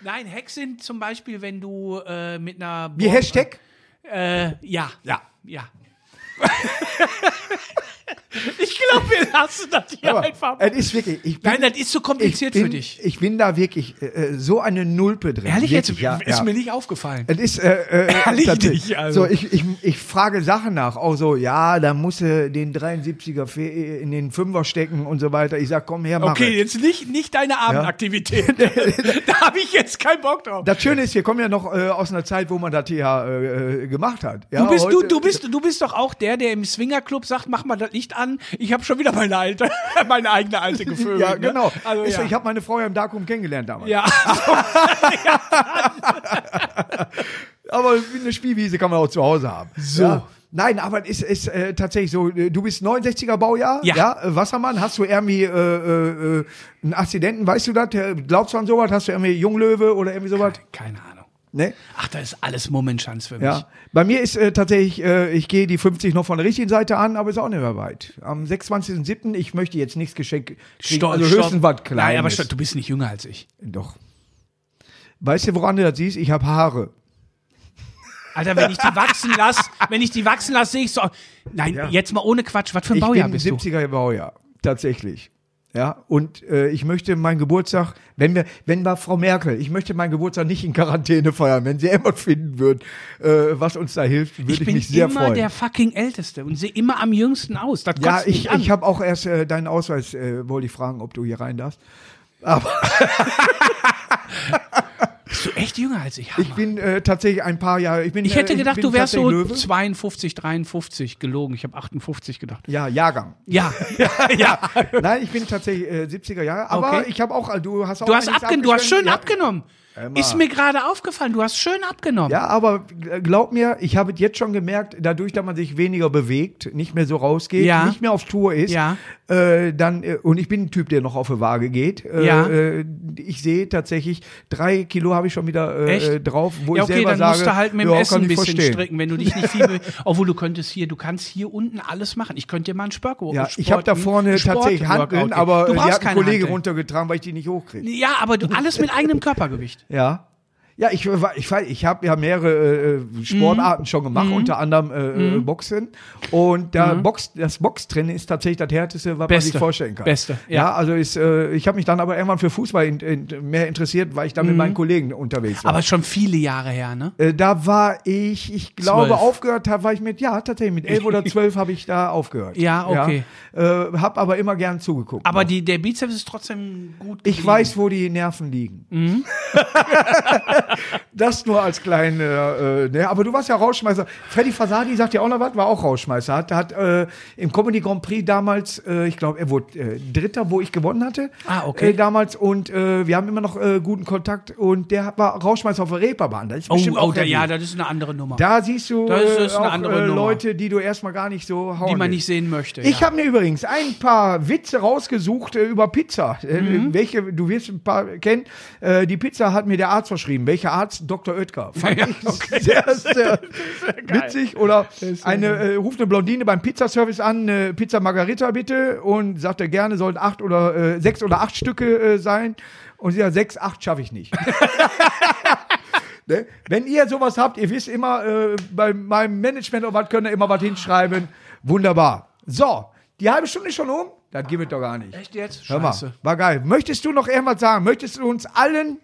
B: Nein, Hacks sind zum Beispiel, wenn du äh, mit einer.
A: Wie Hashtag?
B: Äh, ja.
A: Ja.
B: Ja. Ich glaube, wir lassen das hier
A: Aber
B: einfach.
A: es ist wirklich, ich bin,
B: Nein, das ist zu kompliziert
A: ich bin,
B: für dich.
A: Ich bin da wirklich äh, so eine Nulpe drin.
B: Ehrlich jetzt,
A: wirklich, ja,
B: ist
A: ja.
B: mir nicht aufgefallen.
A: Es ist, äh, äh,
B: Ehrlich
A: tatsächlich.
B: nicht, also.
A: So, ich, ich, ich frage Sachen nach. Auch so, ja, da muss äh, den 73er Fe- in den Fünfer stecken und so weiter. Ich sag, komm her, mach
B: Okay,
A: es.
B: jetzt nicht, nicht deine Abendaktivität. da habe ich jetzt keinen Bock drauf.
A: Das Schöne ist, wir kommen ja noch äh, aus einer Zeit, wo man das hier äh, äh, gemacht hat. Ja,
B: Du bist, du,
A: heute-
B: du, bist, du bist doch auch der, der im Swingerclub sagt, mach mal das Licht an. Ich habe schon wieder meine alte, meine eigene alte Gefühle.
A: Ja, genau.
B: Ne? Also,
A: Ist so,
B: ja.
A: Ich habe meine Frau ja im Darkroom kennengelernt damals.
B: ja.
A: Aber eine Spielwiese kann man auch zu Hause haben.
B: So.
A: Ja. Nein, aber es ist äh, tatsächlich so, äh, du bist 69er Baujahr,
B: Ja.
A: äh, Wassermann, hast du irgendwie äh, äh, äh, einen Akzidenten, weißt du das? Äh, Glaubst du an sowas? Hast du irgendwie Junglöwe oder irgendwie sowas?
B: Keine Ahnung.
A: Ne?
B: Ach, da ist alles Mummenschanz für mich.
A: Ja. Bei mir ist äh, tatsächlich, äh, ich gehe die 50 noch von der richtigen Seite an, aber ist auch nicht mehr weit. Am 26.07., ich möchte jetzt nichts geschenkt kriegen,
B: Stopp,
A: also
B: stopp.
A: höchstens was Kleines.
B: Nein, aber stopp, du bist nicht jünger als ich.
A: Doch. Weißt du, woran du das siehst? Ich habe Haare.
B: Alter, wenn ich die wachsen lasse, wenn ich die wachsen lasse, sehe ich so. Nein,
A: Ja.
B: jetzt mal ohne Quatsch. Was für ein
A: Ich
B: Baujahr
A: bin
B: bist du?
A: 70er Baujahr, tatsächlich. Ja, und äh, ich möchte meinen Geburtstag, wenn wir, wenn wir Frau Merkel, ich möchte meinen Geburtstag nicht in Quarantäne feiern, wenn sie immer finden würden, äh, was uns da hilft, würde ich,
B: Ich bin
A: mich sehr
B: immer
A: freuen.
B: der fucking Älteste und sehe immer am jüngsten aus. Das
A: ja,
B: kotzt
A: ich,
B: mich an.
A: ich habe auch erst äh, deinen Ausweis, äh, wollte ich fragen, ob du hier rein darfst.
B: bist du echt jünger als ich?
A: Ich bin äh, tatsächlich ein paar Jahre, ich bin
B: Ich hätte
A: äh,
B: gedacht,
A: bin
B: du wärst so
A: tatsächlich Löwe.
B: 52, 53 gelogen. Ich habe 58 gedacht.
A: Ja, Jahrgang.
B: Ja, ja, ja.
A: Nein, ich bin tatsächlich äh, 70er Jahre, aber
B: Okay.
A: ich habe auch, also du hast auch
B: Du hast,
A: einiges
B: abgen du hast schön
A: abgeschwemmt. Ja.
B: abgenommen.
A: Emma.
B: Ist mir gerade aufgefallen. Du hast schön abgenommen.
A: Ja, aber glaub mir, ich habe jetzt schon gemerkt, dadurch, dass man sich weniger bewegt, nicht mehr so rausgeht,
B: Ja.
A: nicht mehr auf Tour ist,
B: Ja.
A: äh, dann äh, und ich bin ein Typ, der noch auf eine Waage geht. Äh,
B: Ja.
A: äh, ich sehe tatsächlich drei Kilo habe ich schon wieder
B: Echt?
A: äh, drauf, wo
B: Ja,
A: ich
B: okay,
A: selber
B: dann
A: sage,
B: musst du halt mit dem
A: ja,
B: Essen
A: kann
B: ein
A: ich
B: bisschen
A: verstehen.
B: stricken, wenn du dich nicht viel be- Obwohl, du könntest hier, du kannst hier unten alles machen. Ich könnte dir mal einen Spörko
A: Ja, ich habe da vorne tatsächlich Handeln, aber äh,
B: du
A: die
B: brauchst
A: hat ein
B: keine
A: Kollege
B: Hanteln.
A: runtergetragen, weil ich die nicht hochkriege.
B: Ja, aber du, alles mit eigenem Körpergewicht.
A: Ja. Ja, ich, war- ich, war- ich habe ja mehrere äh,
B: Mhm.
A: Sportarten schon gemacht, unter anderem äh, äh, Boxen. Und da Box, das Boxtraining ist tatsächlich das härteste, was man
B: Mhm. Beste.
A: sich vorstellen kann.
B: Beste, ja.
A: ja. also ist, äh, ich habe mich dann aber irgendwann für Fußball in, in, mehr interessiert, weil ich dann mit meinen Kollegen unterwegs war.
B: Mhm. Aber schon viele Jahre her, ne?
A: äh, da war ich, ich glaube,
B: Zwölf.
A: aufgehört habe, war ich mit, ja, tatsächlich, mit elf oder zwölf habe ich da aufgehört.
B: Ja, okay.
A: Ja, äh, habe aber immer gern zugeguckt.
B: Aber die, der Bizeps ist trotzdem gut.
A: Ich
B: geblieben.
A: weiß, wo die Nerven liegen.
B: Mhm.
A: das nur als kleine, äh, ne, aber du warst ja Rauschmeißer. Freddy Fasadi sagt ja auch noch was, war auch Rauschmeißer. Hat, hat äh, im Comedy Grand Prix damals, äh, ich glaube, er wurde äh, Dritter, wo ich gewonnen hatte.
B: Ah, okay.
A: Äh, damals und äh, wir haben immer noch äh, guten Kontakt und der hat- war Rauschmeißer auf der Reeperbahn. Das ist
B: Oh,
A: bestimmt
B: oh
A: auch
B: da,
A: der
B: ja, das ist eine andere Nummer,
A: da siehst du
B: Das ist- das ist
A: äh,
B: eine
A: auch,
B: andere
A: äh,
B: Nummer.
A: Leute, die du erstmal gar nicht so hauen
B: die man
A: willst.
B: nicht sehen möchte.
A: Ich
B: ja.
A: habe mir übrigens ein paar Witze rausgesucht äh, über Pizza. Äh,
B: Mhm.
A: Welche, du wirst ein paar kennen. Äh, die Pizza hat mir der Arzt verschrieben. Welcher Arzt? Dr. Oetker. Fand
B: Ja,
A: ich sehr, sehr witzig. Oder eine, äh, ruft eine Blondine beim Pizzaservice an, eine Pizza Margarita bitte. Und sagt er gerne, sollten acht oder äh, sechs oder acht Stücke äh, sein. Und sie sagt, sechs, acht schaffe ich nicht. Ne? Wenn ihr sowas habt, ihr wisst immer, äh, bei meinem Management oder was könnt ihr immer was hinschreiben. Wunderbar. So, die halbe Stunde ist schon um? Das gibt es doch gar nicht.
B: Echt jetzt?
A: Hör mal,
B: Scheiße.
A: war geil. Möchtest du noch irgendwas sagen? Möchtest du uns allen,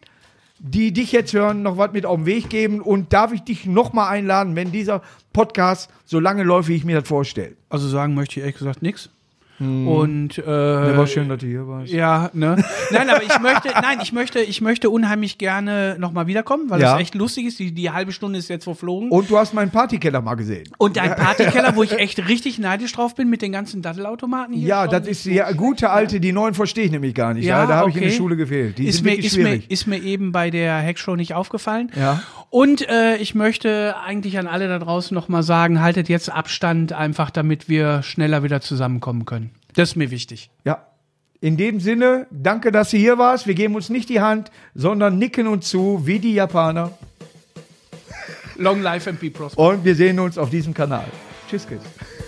A: die dich jetzt hören, noch was mit auf den Weg geben? Und darf ich dich nochmal einladen, wenn dieser Podcast so lange läuft, wie ich mir das vorstelle?
B: Also sagen möchte ich ehrlich gesagt nichts.
A: Hm.
B: Und äh,
A: dass du hier warst.
B: Ja, ne? Nein, aber ich möchte, nein, ich möchte, ich möchte unheimlich gerne nochmal wiederkommen, weil
A: Ja.
B: das echt lustig ist. Die, die halbe Stunde ist jetzt verflogen.
A: Und du hast meinen Partykeller mal gesehen.
B: Und dein Partykeller, wo ich echt richtig neidisch drauf bin mit den ganzen Daddelautomaten hier.
A: Ja,
B: schon.
A: das ist die gute alte, die neuen verstehe ich nämlich gar nicht.
B: Ja,
A: Ja, da habe ich in
B: okay.
A: der Schule gefehlt. Die
B: ist
A: sind
B: mir,
A: wirklich
B: ist, mir,
A: schwierig.
B: ist mir eben bei der Hackshow nicht aufgefallen.
A: Ja.
B: Und äh, ich möchte eigentlich an alle da draußen nochmal sagen, haltet jetzt Abstand einfach, damit wir schneller wieder zusammenkommen können. Das ist mir wichtig.
A: Ja. In dem Sinne, danke, dass du hier warst. Wir geben uns nicht die Hand, sondern nicken uns zu, wie die Japaner.
B: Long life and be prosperous.
A: Und wir sehen uns auf diesem Kanal. Tschüss, Kiss.